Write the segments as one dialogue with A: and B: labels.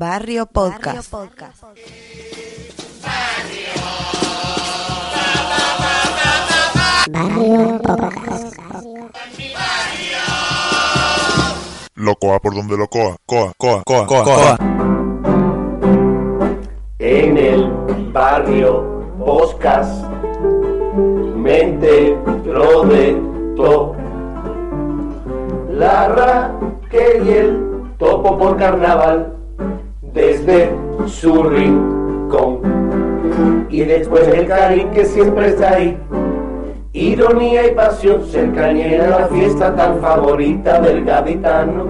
A: Barrio Podcast.
B: Barrio Podcast.
C: Locoa por donde locoa, coa, coa, coa, coa, coa.
D: en el barrio Boscas, mente lo de to, la raquel y el topo por carnaval, desde su rincón, y después el cari que siempre está ahí, ironía y pasión, cercanía era la fiesta tan favorita del gaditano.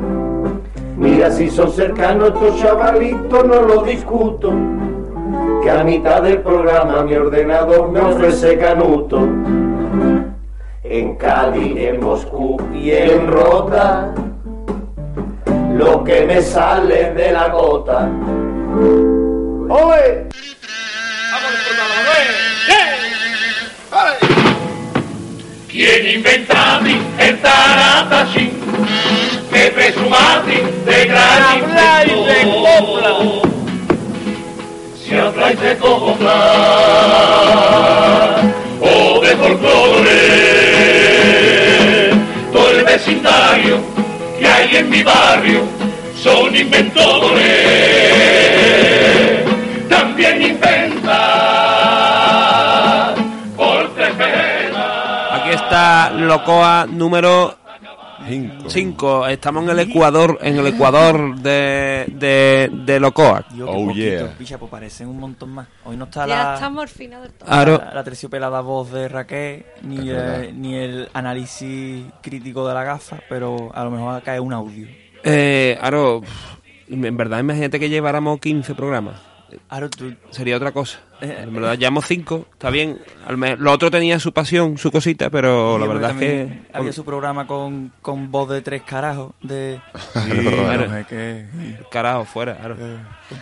D: Mira si son cercanos estos chavalitos, no lo discuto que a mitad del programa mi ordenador me ofrece canuto. En Cali, en Moscú y en Rota, lo que me sale de la gota. ¡Oye!
E: ¿Quién inventaste el taratachi? Que presumaste de gran inventor. Se habláis de copla o de folclore, todo el vecindario que hay en mi barrio son inventores. También inventan por tres velas.
F: Aquí está Locoa número 5. Estamos en el Ecuador, en el Ecuador de, de, de Locoa.
G: Yo que
H: Oh,
G: poquito,
H: yeah.
G: picha, pues parecen un montón más. Hoy no está
B: Ya
G: la,
B: estamos al final del todo.
F: Aro-
G: la, la terciopelada voz de Raquel, ni,
H: Es
G: eh,
H: verdad.
G: ni el análisis crítico de la gafa, pero a lo mejor cae un audio.
F: eh, Aro, en verdad imagínate que lleváramos 15 programas.
G: Ahora tú,
F: Sería otra cosa.
G: Eh,
F: En verdad, llevamos 5, está bien. Al menos- Lo otro tenía su pasión, su cosita, pero Oh, la
G: Yo creo
F: verdad es que...
G: también Había su programa con, con voz de tres carajos. De.
F: Claro.
G: no sé qué, y,
F: Carajo, fuera, Aro.
G: eh,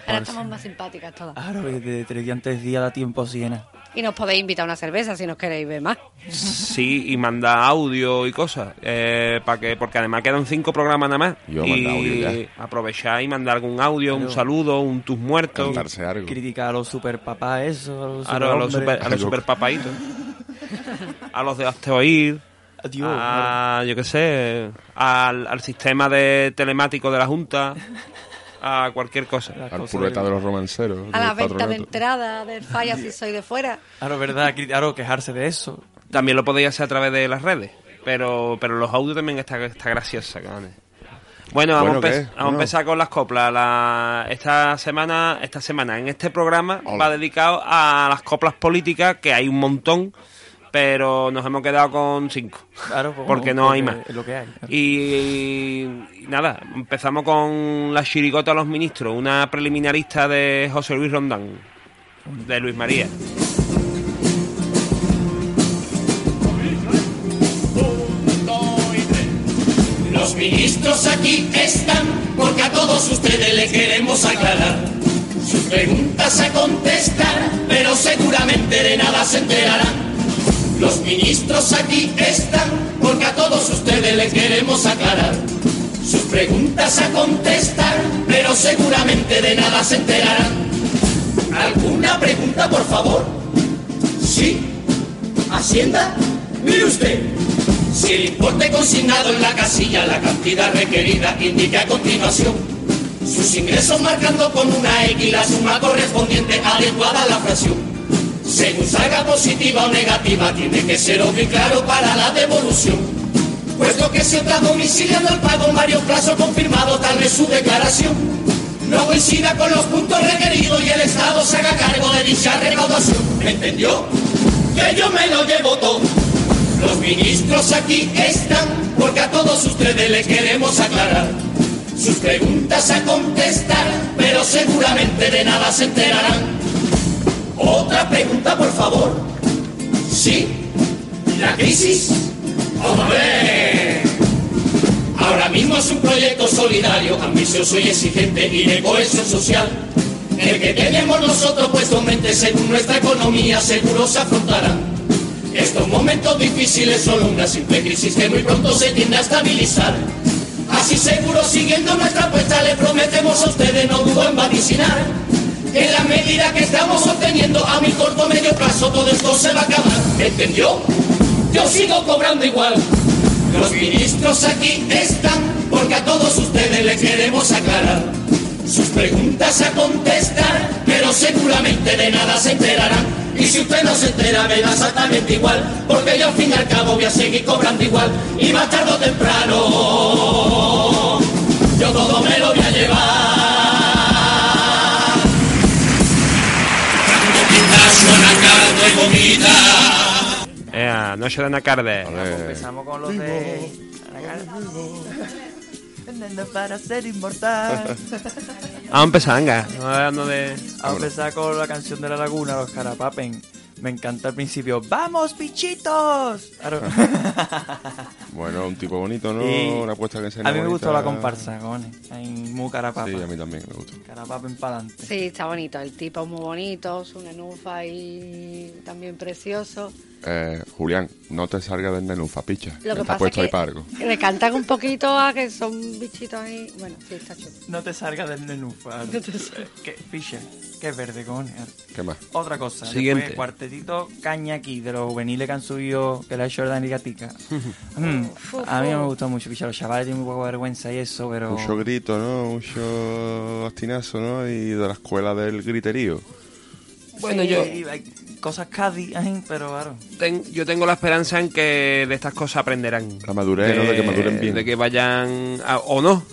B: Ahora estamos más simpáticas todas.
G: Ahora que de tres días antes día da tiempo a Siena.
B: Y nos podéis invitar a una cerveza si nos queréis ver más.
F: Sí, y manda audio y cosas. Eh, para que, porque además quedan cinco programas nada más.
H: Yo
F: y
H: mando audio
F: aprovechar y mandar algún audio, un saludo, un tus muertos.
H: Cantarse algo.
G: Critica a los superpapás, eso. A los
F: Aro, a los super,
G: superhombres.
F: a los superpapaitos. a los de Osteoir.
G: Adiós,
F: a, yo qué sé. Al, al sistema de telemático de la Junta. A cualquier cosa.
G: las
H: Al
G: cosas
H: pureta
G: del-
H: de los romanceros.
B: A la venta
H: del
B: de
H: patronato.
B: entrada del falla si soy de fuera.
G: Ahora, verdad, cri- ahora quejarse de eso.
F: También lo podéis hacer a través de las redes. Pero, pero los audios también está, está graciosa, cabrones. Bueno, vamos,
H: Bueno,
F: a, empe-
H: ¿qué?
F: vamos a
H: Bueno.
F: empezar con las coplas. La- esta semana, esta semana, en este programa
H: Hola.
F: va dedicado a las coplas políticas, que hay un montón, pero nos hemos quedado con cinco.
G: Claro, pues,
F: porque
G: bueno,
F: no
G: lo
F: hay
G: que-
F: más.
G: es lo que hay.
F: Y, y nada, empezamos con la chirigota a los ministros, una preliminarista de José Luis Rondán, de Luis María.
I: Los ministros aquí están porque a todos ustedes les queremos aclarar sus preguntas a contestar, pero seguramente de nada se enterarán. Los ministros aquí están porque a todos ustedes les queremos aclarar sus preguntas a contestar, pero seguramente de nada se enterarán. ¿Alguna pregunta, por favor? Sí, Hacienda, mire usted. Si el importe consignado en la casilla, la cantidad requerida indica a continuación. Sus ingresos marcando con una X la suma correspondiente adecuada a la fracción. Según salga positiva o negativa, tiene que ser obvio y claro para la devolución. Puesto que se está domiciliando el pago en varios plazos confirmados, tal vez su declaración no coincida con los puntos requeridos y el Estado se haga cargo de dicha recaudación. ¿Me entendió? Que yo me lo llevo todo. Los ministros aquí están porque a todos ustedes les queremos aclarar sus preguntas a contestar, pero seguramente de nada se enterarán. Otra pregunta, por favor. ¿Sí? ¿La crisis? ¡Hombre! Ahora mismo es un proyecto solidario, ambicioso y exigente y de cohesión social. El que tenemos nosotros puesto en mente según nuestra economía seguro se afrontarán. Estos momentos difíciles son una simple crisis que muy pronto se tiende a estabilizar. Así seguro siguiendo nuestra apuesta le prometemos a ustedes, no dudo en vaticinar, que en la medida que estamos obteniendo a mi corto medio plazo todo esto se va a acabar. ¿Entendió? Yo sigo cobrando igual. Los ministros aquí están porque a todos ustedes les queremos aclarar sus preguntas a contestar, pero seguramente de nada se enterarán. Y si usted no se entera, me da exactamente igual, porque yo al fin y al cabo voy a seguir cobrando igual, y más tarde o temprano, yo todo me lo voy a llevar. Tanto pitazo, anacardo y comida.
F: Eh, noche de Anacarde.
G: Empezamos con los de. Veneno para ser inmortal.
F: Ah, empezar, venga. Vamos hablando de.
G: A empezar con la canción de la laguna, los carapapen. Me encanta al principio. ¡Vamos, bichitos! Claro.
A: Bueno, un tipo bonito, ¿no?
G: Y
A: Una puesta que se
G: A mí me gustó la comparsa, cojones. Hay muy carapapa.
A: Sí, a mí también me gustó.
G: Carapapen pa'lante.
B: Sí, está bonito. El tipo es muy bonito, es una nufa y también precioso.
A: Eh, Julián, no te salgas del nenufa, picha.
B: Lo que
A: está
B: pasa
A: puesto
B: es
A: ahí
B: que
A: para algo.
B: le cantan un poquito a que son bichitos ahí. Bueno, sí, está chulo.
G: No te salgas del nenúfar.
B: No te salgas.
G: que, Fisher, que es verde, cojones.
A: ¿Qué más?
G: Otra cosa,
F: Siguiente.
G: después, cuartetito Cañaki de los juveniles que han subido, que la ha hecho Dani Gatica. Mm, a mí me gustó mucho, picha, los chavales tienen un poco de vergüenza y eso, pero...
A: Mucho grito, ¿no? Mucho astinazo, ¿no? Y de la escuela del griterío.
F: Bueno,
G: Sí,
F: yo.
G: Eh, hay cosas cadi, ay, pero claro.
F: ten- yo tengo la esperanza en que de estas cosas aprenderán.
A: La madurez, ¿no? De que maduren bien.
F: De que vayan. a- o no.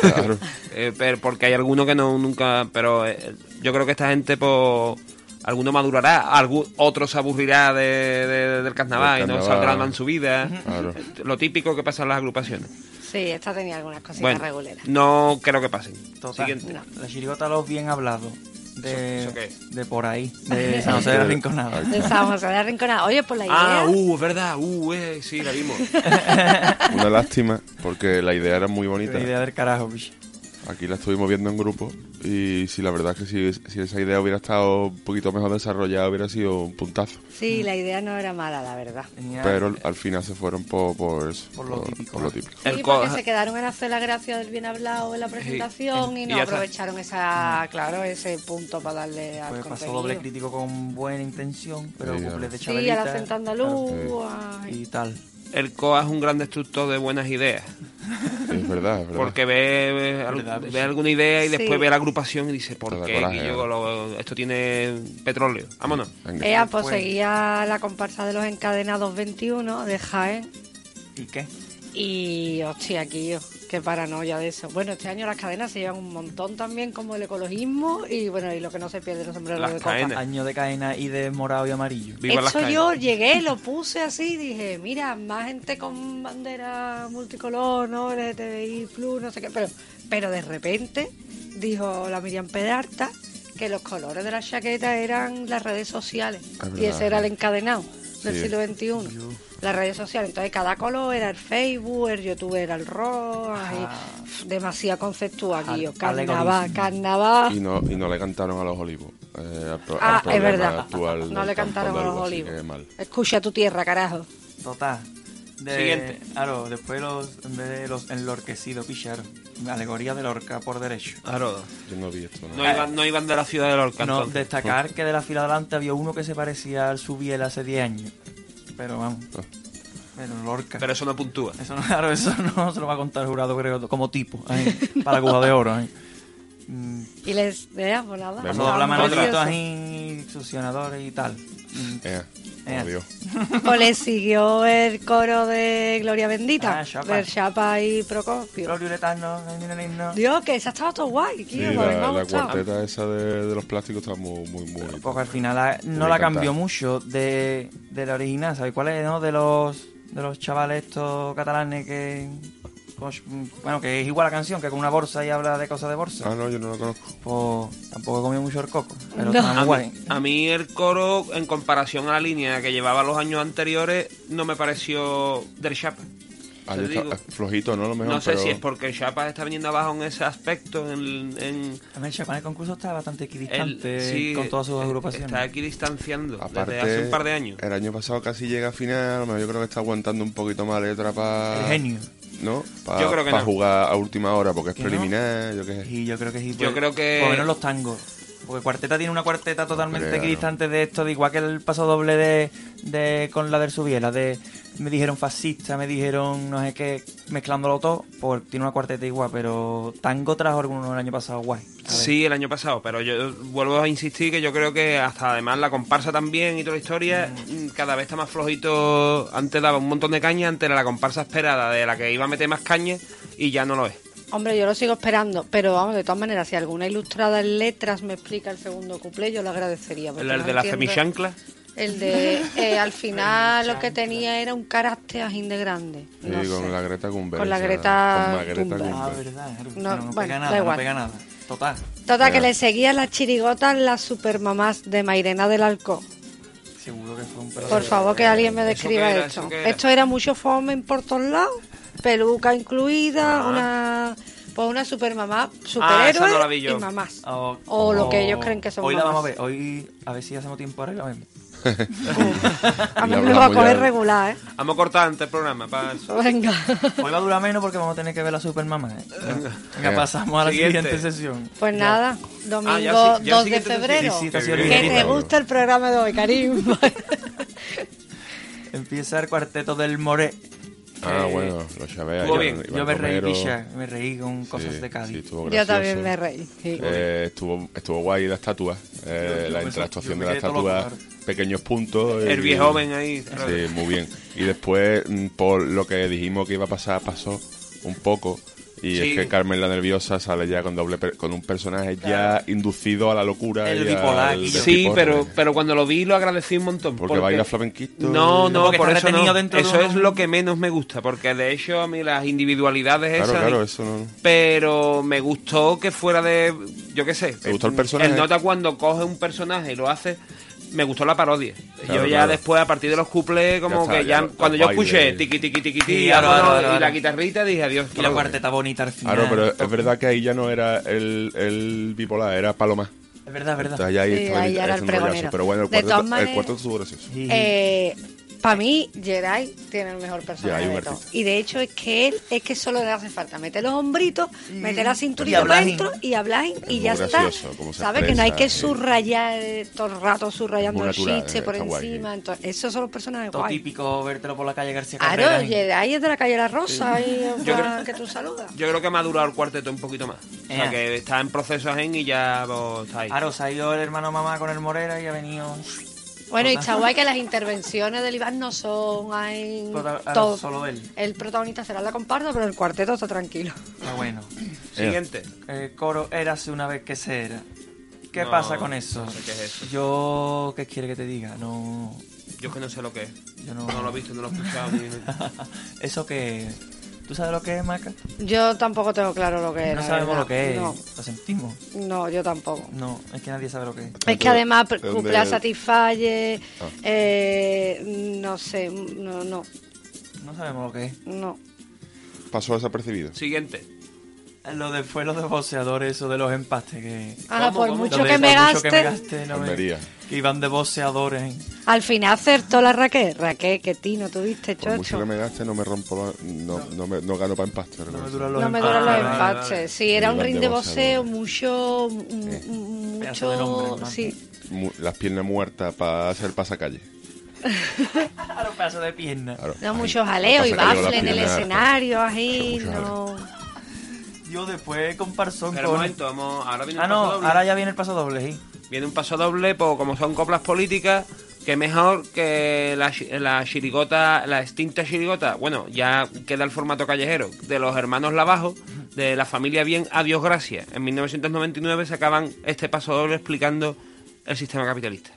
A: Claro.
F: Eh, pero porque hay alguno que no nunca. Pero eh, yo creo que esta gente, pues. Alguno madurará, algún, otro se aburrirá de, de- del carnaval
A: Del
F: y no
A: carnaval.
F: saldrá más en su vida.
A: Claro.
F: Eh, Lo típico que pasa en las agrupaciones.
B: Sí, esta tenía algunas cositas
F: bueno,
B: reguleras.
F: no creo que pasen.
G: Total,
F: Siguiente.
G: la chirigota los bien hablados. De,
F: ¿Eso- eso qué?
G: de por ahí, de San José de la Rinconada.
A: Ay,
B: De San José de la Rinconada. Oye, por la idea.
F: Ah, uh, es verdad, uh, eh, sí, la vimos.
A: Una lástima, porque la idea era muy bonita.
G: Qué idea del carajo, picha.
A: Aquí la estuvimos viendo en grupo y si la verdad es que si, si esa idea hubiera estado un poquito mejor desarrollada hubiera sido un puntazo.
B: Sí, la idea no era mala, la verdad.
G: Tenía-
A: Pero al- al final se fueron por, por eso.
G: Por lo típico, ¿eh?
A: por lo
G: ¿no?
A: típico.
F: El
B: Sí,
F: co-
B: porque se quedaron en hacer la gracia del bien hablado en la presentación
F: y
B: y no
F: ya está. Mm.
B: aprovecharon esa, claro, ese punto para darle al
G: Pues pasó
B: contenido.
G: doble crítico con buena intención, pero
A: Sí,
G: cumple de
B: Sí, a
G: chabelita.
B: la acento andaluz.
G: claro,
F: Mm.
B: ay.
G: Y tal.
F: El COA es un gran destructor de buenas ideas,
A: Es verdad, es verdad.
F: porque ve, ve al-
G: Verdad,
F: ve alguna idea y
B: Sí.
F: después ve la agrupación y dice,
A: Te
F: ¿por
A: da
F: qué?
A: coraje, ¿eh?
F: Guillo, lo- esto tiene petróleo. Vámonos.
A: Venga.
B: Ella pues
G: Pues-
B: seguía la comparsa de los encadenados 21 de Jaén.
G: ¿Y qué?
B: Y hostia, aquí yo, qué paranoia de eso. Bueno, este año las cadenas se llevan un montón también, como el ecologismo y bueno, y lo que no se pierde los sombreros
F: Las
B: de copa.
F: cadenas.
G: Año de cadena y de morado y amarillo.
F: Viva las
B: Eso
F: calles.
B: yo llegué, lo puse así, y dije, mira, más gente con bandera multicolor, ¿no? LGTBI, plus, no sé qué, pero, pero de repente dijo la Miriam Pedarta que los colores de la chaqueta eran las redes sociales
A: Ah,
B: y ese
A: verdad.
B: era el encadenado del
A: Sí.
B: siglo XXI. Las redes sociales, entonces cada color era el Facebook, el YouTube era el rock, y, pf, demasiado conceptual,
G: Al-
B: Guillo.
G: alegorismo.
B: carnaval, carnaval.
A: Y no, y no le cantaron a los olivos. eh, al pro-
B: Ah,
A: al
B: es
A: problema
B: verdad.
A: actual
B: no
A: del
B: le
A: campo
B: cantaron a
A: andaluz,
B: los
A: así
B: olivos.
A: que mal.
B: Escucha tu tierra, carajo.
G: Total. De,
F: Siguiente.
G: Claro, después los, en vez de los enlorquecidos, pichar. Alegoría de Lorca por derecho.
F: Claro.
A: Yo no vi esto. ¿no?
F: No iban, no iban de la ciudad de Lorca.
G: No,
F: entonces.
G: destacar que de la fila delante había uno que se parecía al Subiel hace 10 años. Pero vamos.
A: Ah.
G: Pero Lorca.
F: Pero eso no puntúa.
G: Eso no, claro, eso no se lo va a contar el jurado, creo, como tipo. ay, Para Cuba de Oro. ay. Mm,
B: Y les veas por nada.
A: Vemos.
G: Todo habla
B: Estaban
G: manolitos
B: preciosos.
G: ahí, succionadores y tal. Mm,
A: Eh,
G: Eh.
A: adiós.
B: Pues le siguió el coro de Gloria Bendita,
G: Ah, Chapa.
F: pues.
B: del Chapa y Procopio.
G: Gloria Letano, ay, mira, mira, no.
B: Dios, que esa estaba todo guay,
A: Sí,
B: tío, pues me
A: la,
B: ha
A: la
B: gustado.
A: cuarteta esa de, de los plásticos está muy, muy, muy.
F: Pues
G: Porque al final la- no
A: Me
G: la
A: encanta.
G: cambió mucho de, de la original, ¿sabes cuál es? No? De los de los chavales estos catalanes que pues, bueno, que es igual la canción, que con una bolsa y habla de cosas de bolsa.
A: Ah, no, yo no la conozco.
G: Pues tampoco comió mucho el coco, pero
B: No.
G: está muy
F: A
G: guay.
F: mí, a mí el coro, en comparación a la línea que llevaba los años anteriores, no me pareció del Chapa.
A: Ah,
F: Te
A: yo
F: digo.
A: está, flojito, ¿no? A Lo mejor,
F: No sé
A: pero-
F: si es porque el Chapa está viniendo abajo en ese aspecto, en- en
G: A mí el Chapán el concurso está bastante
F: Él,
G: equidistante
F: sí,
G: con todas sus
F: eh,
G: agrupaciones.
F: Está aquí distanciando
A: Aparte,
F: desde hace un par de años.
A: El año pasado casi llega a final. a lo mejor Yo creo que está aguantando un poquito más letra para.
G: El genio.
A: ¿no? Para
F: Yo creo que no.
A: jugar a última hora, porque es
G: ¿Que no?
A: preliminar, yo qué sé.
G: Y yo creo que sí. pues,
F: Yo creo que-
G: Por lo menos los tangos. Porque cuarteta tiene una cuarteta totalmente
A: creo, ¿no?
G: distante de esto, de igual que el paso doble de, de con la del Subiela, de me dijeron fascista, me dijeron no sé qué, mezclándolo todo, pues tiene una cuarteta igual, pero tango trajo alguno el año pasado guay. A ver.
F: Sí, el año pasado, pero yo vuelvo a insistir que yo creo que hasta además la comparsa también y toda la historia mm, cada vez está más flojito. Antes daba un montón de caña, antes era la comparsa esperada de la que iba a meter más caña y ya no lo es.
B: Hombre, yo lo sigo esperando, pero vamos, de todas maneras, si alguna ilustrada en letras me explica el segundo cuplé, yo lo agradecería. porque
F: El, el
B: no
F: de la
B: entiendo-
F: semichancla.
B: El de, eh, al final lo que tenía era un carácter ajín de grande.
A: Sí,
B: No
A: con
B: sé.
A: la Greta Thunberg.
B: Con la
A: esa,
B: Greta
A: Con la Greta
B: Thunberg.
G: Ah,
A: Thunberg.
G: verdad, es verdad,
B: No,
G: no,
B: bueno,
G: pega
B: da
G: nada, no
B: igual.
G: pega nada. Total.
B: Total, Tota, que
A: Venga.
B: le seguía las chirigotas las supermamás de Mairena del Alcó.
G: Seguro que fue un pedazo
B: Por
G: de-
B: favor, que alguien me
F: ¿Eso
B: describa
F: qué era?
B: esto.
F: ¿Eso qué era?
B: Esto era mucho fomen por todos lados, peluca incluida, una pues una
F: Ah,
B: supermamá,
F: esa
B: superhéroe
F: no la vi
B: y
F: yo. Oh,
B: mamás.
G: O,
B: O lo que ellos creen que son
G: Hoy la vamos a
B: mamás.
G: ver, hoy a ver si hacemos tiempo ahora y la vemos.
B: A
A: Y
B: mí
A: la
B: me va a
A: hablamos
B: coger
A: ya.
B: regular, ¿eh?
F: Vamos a cortar antes el programa para eso.
B: Venga.
G: Hoy va a durar menos porque vamos a tener que ver la Supermamá. ¿eh? Venga, pasamos a la
F: Siguiente.
G: siguiente, sesión.
B: Pues nada, domingo
F: Ah, ya sí- ya
B: 2
F: sí
B: de
F: que te-
B: febrero.
G: Sí, sí, te ha
A: Qué
G: sido
A: bien.
B: Que
G: ligerita.
B: te gusta el programa de hoy, cariño.
G: Empieza el cuarteto del More.
A: Ah,
G: Eh,
A: bueno, lo chabea.
F: estuvo
A: Iván-
F: bien.
A: Iván
G: Yo me reí,
A: Romero.
G: picha, me reí con
A: Sí,
G: cosas de
A: sí,
G: Cádiz.
A: estuvo
B: Yo
A: gracioso.
B: también me reí. sí.
A: Eh, estuvo, estuvo guay la estatua, eh,
G: Yo- yo
A: la
G: me-
A: interactuación
G: yo me
A: de la
G: quedé todo loco,
A: estatua, pequeños puntos. y-
F: El viejo joven eh. ahí.
A: Sí, muy bien. Y después, mm, por lo que dijimos que iba a pasar, pasó un poco. Y
F: Sí.
A: es que Carmen la Nerviosa sale ya con doble per- con un personaje ya inducido a la locura.
G: El
A: y al
G: bipolar,
A: despiporre.
G: Guillo.
F: Sí, pero, pero cuando lo vi lo agradecí un montón.
A: Porque baila flamenquito.
F: No,
G: No,
F: no,
G: porque
F: por
G: está
F: eso no.
G: retenido dentro de
F: Eso
G: un-
F: es lo que menos me gusta, porque de hecho a mí las individualidades
A: Claro,
F: esas...
A: claro, eso no.
F: Pero me gustó que fuera de... Yo qué sé.
A: ¿Te gustó el personaje?
F: nota cuando coge un personaje y lo hace... Me gustó la parodia.
A: Claro,
F: yo ya
A: claro.
F: después, a partir de los cuplés, como
A: Ya
F: que
A: está,
F: ya...
A: ya los-
F: cuando yo
A: los
F: escuché
A: bailes.
F: tiqui, tiqui, tiqui, tiqui,
G: Sí, ahora,
F: vámonos,
G: ahora,
F: y la
G: ahora.
F: guitarrita, dije adiós.
G: Y la cuarteta bonita al final.
A: Claro, pero es verdad que ahí ya no era el, el bipolar, era Paloma.
G: Es verdad, es verdad.
A: Entonces ya ahí
B: Sí,
A: estaba
B: ahí
A: el-
B: era
A: es
B: el
A: un rollazo.
B: pregonero.
A: Pero bueno, el
B: De
A: cuarteto,
B: todas
A: el
B: maneras-
A: cuarteto estuvo gracioso.
G: Y-
B: para Eh, mí, Geray tiene el mejor personaje
A: Geray, un
B: de todo.
A: artista.
B: Y de hecho es que él es que solo le hace falta meter los hombritos, meter la
G: y
B: cinturita
G: hablar.
B: para dentro y hablar y
A: muy
B: ya
A: gracioso
B: está.
A: cómo se
B: Sabe que no hay que
A: expresa, sí.
B: subrayar eh, todo el rato subrayando
A: Muy
B: el
A: natural,
B: chiste por
A: está guay,
B: encima.
A: sí.
B: Entonces, esos son los personajes
G: Todo
B: guay.
G: típico, vértelo por la calle García Carrera.
B: Claro, Geray es de la calle La Rosa y
F: Yo
B: va, que tú saludas.
F: Yo creo que me ha durado el cuarteto un poquito más. O sea,
G: Ea.
F: que está en proceso Agen y ya pues, está ahí.
G: Aro, se ha ido el hermano mamá con el Morera y ha venido...
B: Bueno, y está guay que las intervenciones del Iván no son ahí
G: Prota- ahora
B: todo.
G: solo él.
B: El protagonista será la comparsa, pero el cuarteto está tranquilo.
G: Está bueno.
F: Siguiente.
G: El coro érase una vez que se era. ¿Qué
F: No,
G: pasa con eso?
F: no sé qué es eso.
G: Yo, ¿qué quiere que te diga? No,
F: Yo es que no sé lo que es.
G: yo no...
F: No lo he visto, no lo he escuchado. ni-
G: ¿Eso que ¿Tú sabes lo que es, Maca?
B: Yo tampoco tengo claro lo que es.
G: No
B: la
G: sabemos
B: verdad.
G: lo que es.
B: No,
G: Lo sentimos.
B: no, yo tampoco.
G: No, es que nadie sabe lo que es.
B: Es que además
A: ¿Dónde- Ah.
B: cumpla satisfalle, eh, no sé, no, no,
G: No sabemos lo que es.
B: no.
A: Pasó desapercibido.
F: Siguiente.
G: Lo de fue lo de boceadores, eso de los empastes que.
B: Ah,
F: ¿Cómo,
B: por
F: cómo?
B: mucho
G: Lo de-
B: que me
G: por mucho
B: gaste,
G: no me-
A: Almería.
G: que iban de boceadores.
B: al final acertó la Raquel. Raquel, que tino tuviste,
A: Por mucho
B: chocho.
A: que me gaste, no me rompo, la- no, no, me, no gano para empaste.
G: No me duran los
B: No me duran los
F: Ah, vale, vale.
B: empaches. Sí, era un
A: Iban de
B: ring de
A: boxeo.
B: boxeo, mucho, mu-
A: Eh.
B: mu-
G: Pedazo de
B: mucho,
G: nombre, ¿no?
B: sí.
A: Mu- Las piernas muertas para hacer pasacalle.
G: A los pedazos de pierna.
A: Claro.
B: No,
A: Ay,
B: mucho jaleo
A: el
B: y
A: pasacalle con
B: bafle
A: las
B: en el
A: piernas-
B: escenario, ahí,
A: Mucho jaleo.
B: no.
G: Yo después comparsón
F: Pero un
G: con.
F: momento, vamos, ahora viene
G: Ah,
F: un
G: no,
F: paso doble.
G: ahora ya viene el paso doble, sí.
F: Viene un paso doble, pues como son coplas políticas, que mejor que la, chi- la chirigota, la extinta chirigota, bueno, ya queda el formato callejero, de los hermanos Lavajo, de la familia Bien, adiós, gracias. En 1999 sacaban este paso doble explicando el sistema capitalista.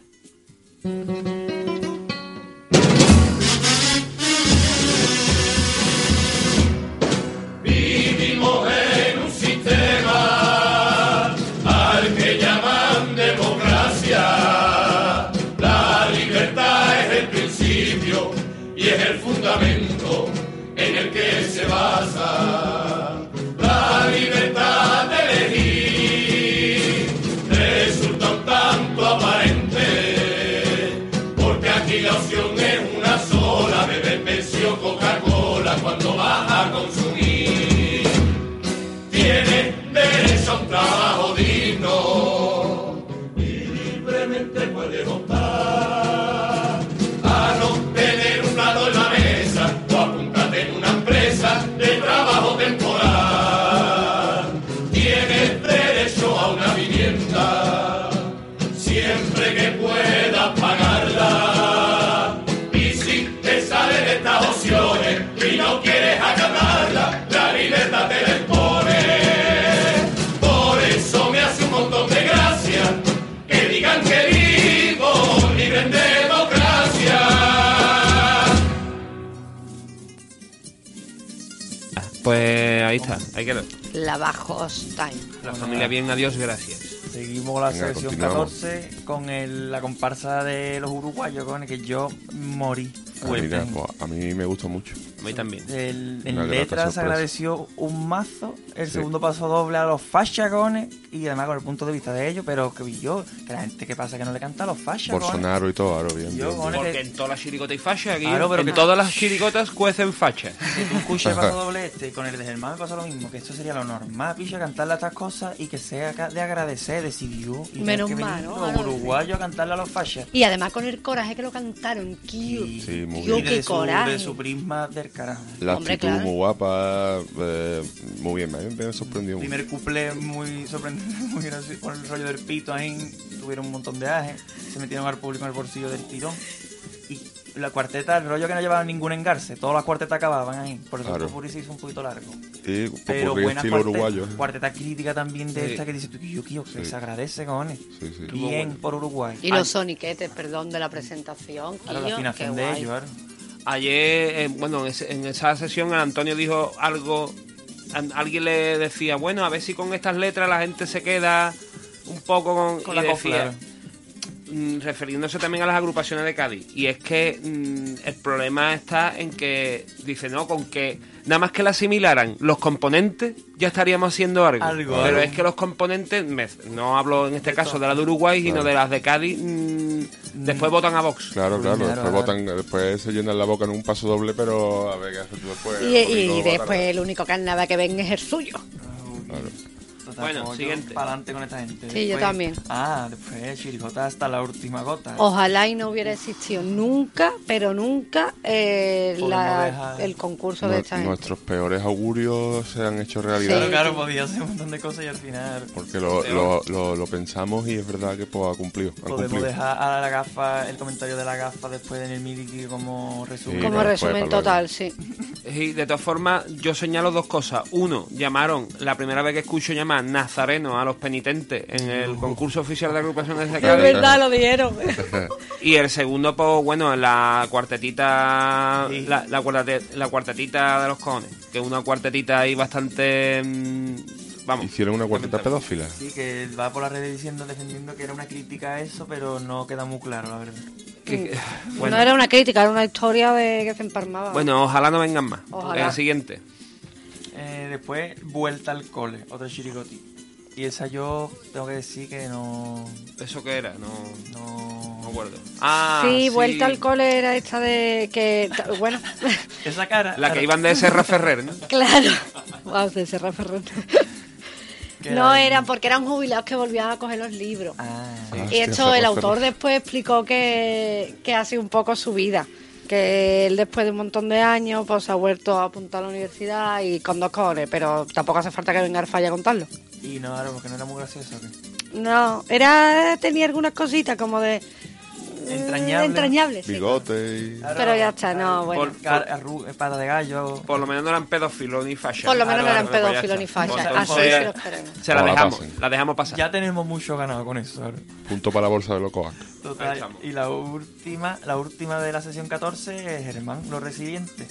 E: porque
F: Pues, Ahí está, ahí queda.
B: La Bajos Time.
F: La familia bien, adiós, gracias.
G: Seguimos con la
A: Venga,
G: selección
A: continuamos.
G: 14 con el- la comparsa de los uruguayos con el que yo morí.
A: Ah,
G: fuerte.
A: mira, pues, a mí me gusta mucho.
F: A mí también.
G: El-
A: Una
G: en
A: grata
G: letras se
A: sorpresa.
G: agradeció un mazo, el
A: Sí.
G: segundo paso doble a los faschagones y además con el punto de vista de ellos, pero que yo, que la gente que pasa que no le canta a los faschagones.
A: Bolsonaro y todo, ahora bien.
G: Yo,
A: bien,
G: con
A: bien.
G: el-
F: Porque en todas las chiricotas hay facha, aquí
G: Claro, pero
F: en
G: que-
F: todas las chiricotas cuecen facha.
G: Que tú escuches el paso doble este, con el de Germán me pasó lo mismo, que esto sería lo normal, picha, cantarle a estas cosas y que sea ca- de agradecer, decidió. Y
B: Menos
G: que
B: mal,
G: venir
B: ¿no?
G: Los uruguayos a cantarle a los fachas.
B: Y además con el coraje que lo cantaron, cute.
A: Sí, muy
B: Tío,
A: bien.
B: qué
G: de su,
B: coraje.
G: de su prisma del carajo.
A: La
B: Hombre,
A: actitud
B: claro.
A: muy guapa, eh, muy bien, me, me sorprendió mucho.
G: Primer cuplé muy sorprendente, muy gracioso, con el rollo del pito ahí, tuvieron un montón de ajes, se metieron al público en el bolsillo del tirón. Y la cuarteta, el rollo que no llevaba ningún engarce, todas las cuartetas acababan ahí, por eso
A: Claro.
G: el popurrí se hizo un poquito largo.
A: Sí, un poco
G: Pero
A: de
G: buena
A: estilo
G: cuarteta,
A: uruguayo. ¿eh?
G: cuarteta crítica también de
F: Sí.
G: esta que dice, tú, yo quiero que
A: Sí.
G: se agradece, cojones.
A: Sí, sí.
G: Bien por Uruguay.
B: Y los soniquetes, perdón, de la presentación.
G: Ah. Ahora la
B: tío, qué
G: afinación de
B: guay.
G: ellos, ahora.
F: Ayer, eh, bueno, en, ese- en esa sesión Antonio dijo algo, an- alguien le decía, bueno, a ver si con estas letras la gente se queda un poco con,
G: Con
F: y
G: la copa,
F: decía,
G: claro.
F: mm, refiriéndose también a las agrupaciones de Cádiz. Y es que mm, el problema está en que, dice, no, con que nada más que la asimilaran los componentes, ya estaríamos haciendo algo.
G: Algo,
F: Pero
G: algo.
F: es que los componentes, me- no hablo en este caso de la de Uruguay, sino de las de Cádiz, mm, después votan a Vox.
A: Claro, claro,
G: Claro,
A: después,
G: claro.
A: votan, después se llenan la boca en un paso doble, pero a ver qué haces tú después.
B: Y,
A: Un poquito
B: y- y
A: más
B: después
A: tarde.
B: el único carnaval que ven es el suyo.
A: Claro.
G: Total,
F: Bueno, siguiente.
G: Para adelante con esta gente.
B: Sí, yo también. Oh,
G: Ah, después Chirigota hasta la última gota.
B: Ojalá y no hubiera existido nunca, pero nunca, eh,
G: Podemos
B: la-
G: dejar-
B: el concurso
A: Nue-
B: de esta gente.
A: nuestros peores augurios se han hecho realidad.
B: Sí.
G: Claro, claro, podía hacer un montón de cosas y al final
A: Porque lo, lo, lo, lo pensamos y es verdad que pues, ha cumplido. Ha
G: podemos
A: cumplido.
G: dejar a la gafa el comentario de la gafa después en el miliki como resumen.
A: Sí,
B: Como
A: no, después,
B: resumen
A: para luego.
B: total, sí.
F: Sí, de todas formas, yo señalo dos cosas. Uno, llamaron, la primera vez que escucho llamar Nazareno a los penitentes en el concurso oficial de agrupaciones de
B: Es
F: Cádiz.
B: verdad, lo dijeron.
F: Y el segundo, pues bueno, la cuartetita.
G: Sí.
F: La, la, cuartete- la cuartetita de los cojones. Que es una cuartetita ahí bastante. mm, Vamos.
A: Hicieron una cuarteta
F: lamentable.
A: pedófila.
G: Sí, que él va por las redes diciendo, defendiendo que era una crítica a eso, pero no queda muy claro, la verdad.
F: Que- que-
B: No era una crítica, era una historia de que se emparmaba.
F: Bueno, ojalá no vengan más.
B: Ojalá.
F: El siguiente.
G: Eh, después, vuelta al cole, otro chirigoti. Y esa yo tengo que decir que no.
F: ¿Eso qué era? No, no me
G: No.
F: acuerdo. Ah,
B: sí, vuelta al cole era esta de que, ta- bueno,
G: Esa cara.
F: La que iban de Serra Ferrer, ¿no?
B: claro. Wow, se cerró Ferrer.
G: que
B: No
G: era-
B: eran porque eran jubilados que volvían a coger los libros.
G: Ah,
B: Y esto el autor después explicó que, que ha sido un poco su vida, que él después de un montón de años pues se ha vuelto a apuntar a la universidad y con dos cojones, pero tampoco hace falta que venga Arfalla a contarlo.
G: Y no, claro, porque no era muy gracioso. ¿o qué?
B: No, era tenía algunas cositas como de eh,
G: Entrañable.
B: entrañable, sí.
A: Bigote y...
G: Claro,
B: Pero ya está, no, bueno.
G: Por, car- arru- espada de gallo.
F: Por lo menos no eran pedófilos ni fachas.
B: Por lo menos no eran
F: Claro, pues ya
B: pedófilos ni Ah,
F: está.
B: fachas.
F: Entonces,
B: Así se los queremos.
F: Se la
A: No la
F: dejamos,
A: pasen.
F: la dejamos pasar.
G: Ya tenemos mucho ganado con eso. ahora.
A: Punto para la bolsa de Locoac.
F: Ahí
G: Total.
F: estamos.
G: Y la última, la última de la sesión 14 es Germán, los residentes.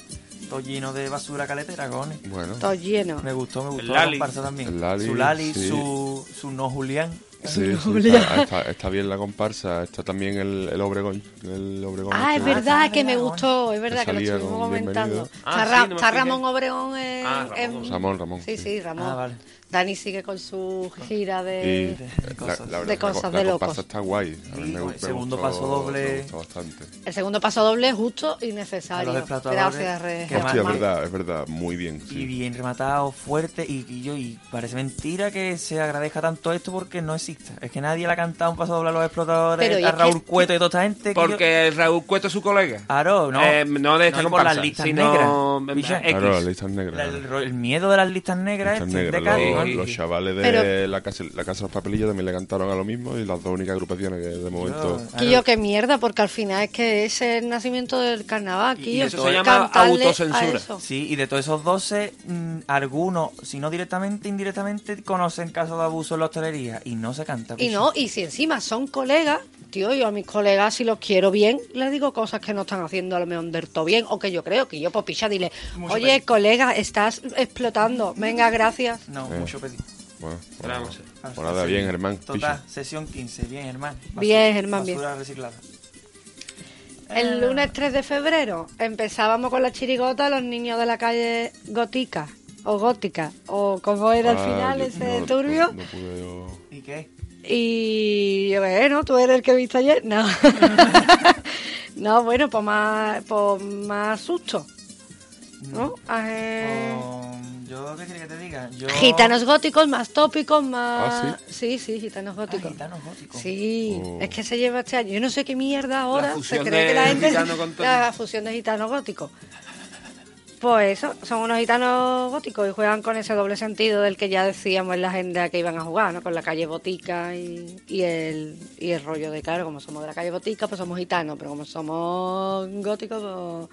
G: Todo lleno de basura caletera, cojones.
A: Bueno,
B: Todo lleno.
G: Me gustó, me gustó
F: El
G: la
F: Lali.
G: comparsa también.
A: El Lali,
G: su Lali,
A: sí.
G: su, su no Julián.
A: sí, sí, está, está- está bien la comparsa. Está también el, el Obregón. El Obregón
B: Ah, es
A: este.
B: verdad que me
G: Ramón.
B: gustó, es verdad
A: Que
B: que lo
A: salía
B: estuvimos
A: con
B: comentando.
A: Bienvenido.
F: Ah,
B: Está, Ra-
F: sí, no me
B: está
F: fijé.
B: Ramón Obreón en...
F: Ah, Ramón.
B: en-
A: Ramón, Ramón.
B: Sí, sí, Ramón.
G: Ah, vale.
B: Dani sigue con su gira
A: Y
B: de...
A: la- la verdad
B: De
A: es que la
B: cosas
A: co- la comparsa
B: de locos.
A: está guay. A mí
G: Sí,
A: me, gu- me
G: segundo
A: gustó-
G: paso doble.
A: Me gustó bastante.
B: El segundo paso doble es justo y
G: A
B: necesario.
G: los desplatadores.
B: Gracias, Re-
G: Qué
B: Germán.
A: Hostia, es verdad, es verdad. Muy bien.
G: Y
A: Sí.
G: bien rematado, fuerte, y, y yo, y parece mentira que se agradezca tanto esto porque no existe. Es que nadie le ha cantado un paso doble a los explotadores,
B: Pero y
G: a
B: es que-
G: Raúl Cueto y a toda esta gente. que yo- Ah.
F: Porque Raúl Cueto es su colega.
G: Claro, no.
F: Eh, no de esta
G: No como
F: comparsa,
G: las listas
F: sino
G: negras. Picha.
F: X.
A: Claro, las listas negras.
G: La-
A: claro.
G: el, ro- el miedo de las listas negras,
A: Listas
G: este,
A: negras,
G: de Cádiz,
A: los,
G: ¿no?
A: los chavales de
B: Pero-
A: la, casa, la Casa de los Papelillos también le cantaron a lo mismo y las dos únicas agrupaciones que de momento...
G: Yo-
B: Quillo, qué mierda, porque al final es que es el nacimiento del carnaval,
G: Y- y
B: Quillo.
G: eso se
F: llama
B: Cantarle a
F: autocensura.
B: eso.
G: Sí, y de todos esos 12, mm, algunos, si no directamente, indirectamente, conocen casos de abuso en la hostelería y no se canta.
B: Y
G: picha.
B: no, y si encima son colegas, Tío, yo a mis colegas, si los quiero bien, les digo cosas que no están haciendo a lo mejor del todo bien, o que yo creo que yo, pues picha, dile,
G: Mucho
B: oye,
G: pedir.
B: colega, estás explotando, venga, gracias.
G: No,
A: Eh.
G: mucho pedir.
A: Bueno,
F: Pero
A: bueno,
F: vamos a ver.
A: pues nada, bien, Germán.
G: Total,
A: picha.
G: sesión 15. Bien, Germán.
B: Bien, Germán, bien.
G: Basura reciclada.
B: El lunes 3 de febrero empezábamos con la chirigota Los niños de la calle Gótica o Gótica o como era al
A: Ah,
B: final
A: yo-
B: ese
A: no,
B: turbio.
A: No, no pude yo-
G: ¿Y qué?
B: Y yo, bueno, tú eres el que viste ayer. No, no bueno, pues más, pues más susto. ¿No? Ah, eh. Ajé.
G: Um, yo, ¿qué quieres que te diga? Yo...
B: Oh. Gitanos góticos, más tópicos, más.
A: Ah,
B: sí? sí, gitanos
G: Ah,
B: góticos.
G: gitanos góticos.
B: Sí,
A: Oh.
B: es que se lleva este año. Yo no sé qué mierda
F: La
B: ahora se
F: fusión
B: cree que
F: de
B: la gente.
F: gitano con todo.
B: La fusión de gitano gótico. Pues eso, son unos gitanos góticos y juegan con ese doble sentido del que ya decíamos en la agenda que iban a jugar, ¿no? Con la calle Botica y, y el, y el rollo de, claro, como somos de la calle Botica, pues somos gitanos, pero como somos góticos,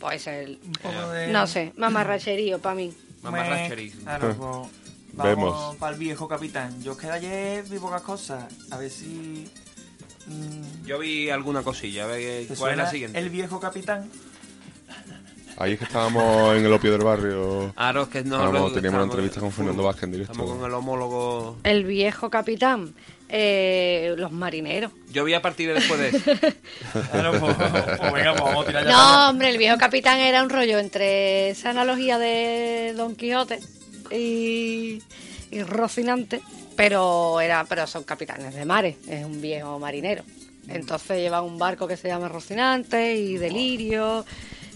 B: pues, pues el.
G: Un poco de... Pues,
B: No sé, mamarracherío para mí.
F: Mamarracherismo.
G: Vamos
A: Eh, Vemos.
G: para el pues, viejo capitán. Yo os quedé ayer, vi pocas cosas. A ver si. mm,
F: Yo vi alguna cosilla, a ver
G: ¿te
F: cuál es la
G: suena
F: siguiente.
G: El viejo capitán.
A: Ahí es que estábamos en el opio del barrio.
F: Ahora es que no
A: Vamos,
F: lo-
A: teníamos una entrevista con Fernando Vázquez en directo.
F: Estamos con el homólogo.
B: El viejo capitán, eh, los marineros.
F: Yo vi a partir de después de eso.
G: Claro, pues, pues venga, pues vamos a tirar ya.
B: No, hombre, el viejo capitán era un rollo entre esa analogía de Don Quijote y, y Rocinante, pero era, pero son capitanes de mares, es un viejo marinero. Entonces lleva un barco que se llama Rocinante y Delirio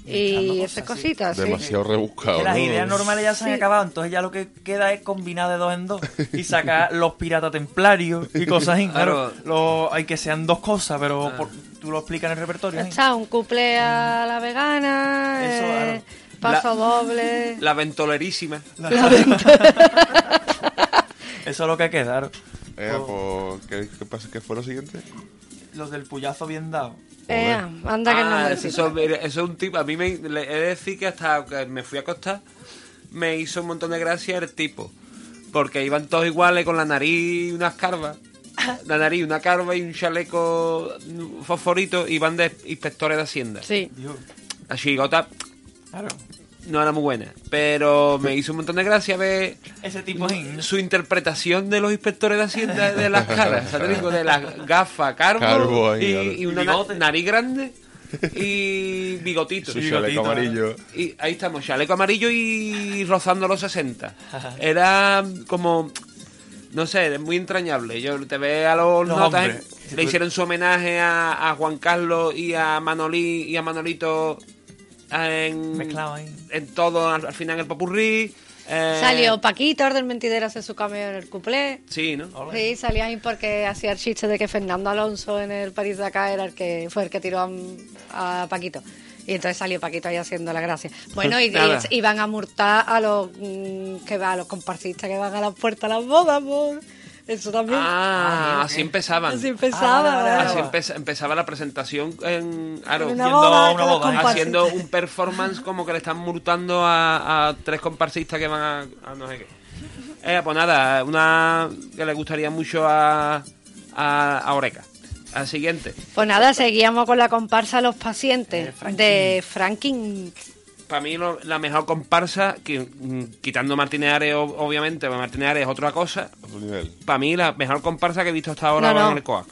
B: y
G: Mezclando
B: esas
G: cosas, sí.
B: cositas. Ah, sí.
A: Demasiado
G: Que
A: rebuscado.
G: las
A: ¿no?
G: ideas normales ya se han
B: Sí.
G: acabado, entonces ya lo que queda es combinar de dos en dos y sacar los piratas templarios y cosas así. Claro,
F: Claro.
G: lo- hay que sean dos cosas, pero por- tú lo explicas en el repertorio.
B: Ya
G: ¿eh?
B: Está un couple a la vegana,
G: Eso,
B: eh,
F: claro.
B: paso doble.
F: ah, La ventolerísima.
G: Eso es lo que queda. claro.
A: Eh, pues, ¿qué, qué pasa? ¿Qué fue lo siguiente?
G: Los del puyazo bien dado.
B: Eh, anda que no
F: Ah,
B: me
F: eso,
B: repito.
F: mira, eso es un tipo. A mí me le- he de decir que hasta que me fui a acostar me hizo un montón de gracia el tipo. Porque iban todos iguales con la nariz y unas carvas. La nariz, una carva y un chaleco fosforito. Iban de inspectores de Hacienda.
B: Sí.
G: Dios,
F: La chirigota
G: claro.
F: no era muy buena. Pero me hizo un montón de gracia ver
G: Ese tipo es
F: su interpretación de los inspectores de Hacienda de las caras. O sea, te digo, de las gafas, carbo,
A: Carbo ahí,
F: y,
A: claro.
F: y una na-
G: Bigote.
F: nariz grande y bigotito.
A: Su
G: Sí,
A: chaleco
G: gatito,
A: amarillo.
F: Y ahí estamos, chaleco amarillo y rozando los 60. Era como, no sé, muy entrañable. Yo te ve a los
G: No,
F: notas,
G: hombre.
F: le hicieron su homenaje a, a Juan Carlos y a Manolí y a Manolito en,
G: mezclado ahí.
F: en todo, al, al final el papurrí. eh,
B: Salió Paquito, del mentidero, hace su cameo en el couple.
F: Sí, ¿no?
B: Sí, salía ahí porque hacía el chiste de que Fernando Alonso en el París de acá era el que fue el que tiró a, a Paquito. Y entonces salió Paquito ahí haciendo la gracia. Bueno, y,
F: Nada.
B: y- y van a multar a los mm, que va, a los comparsistas que van a las puertas a las bodas, amor. Eso también.
F: Ah, así empezaban.
B: Así empezaba.
G: Ah, vale, vale,
F: Así
G: vale.
F: empe- empezaba la presentaban. presentación en Aro,
B: En
G: Yendo
B: una
F: haciendo-
B: boda,
G: a una
B: con los
G: boda, ¿eh?
B: comparsistas.
F: haciendo un performance como que le están multando a, a tres comparsistas que van a, a no sé qué. Eh, pues nada, una que le gustaría mucho a, a, a Oreca. Al siguiente,
B: Pues nada, seguíamos con la comparsa Los Pacientes
G: Eh, Franklin.
B: de Franklin.
F: para mí lo- la mejor comparsa, que, mm, quitando Martínez Ares, ob- obviamente, porque Martínez Ares es otra cosa.
A: Otro nivel.
F: Para mí la mejor comparsa que he visto hasta ahora
B: No, no,
F: en el COAC.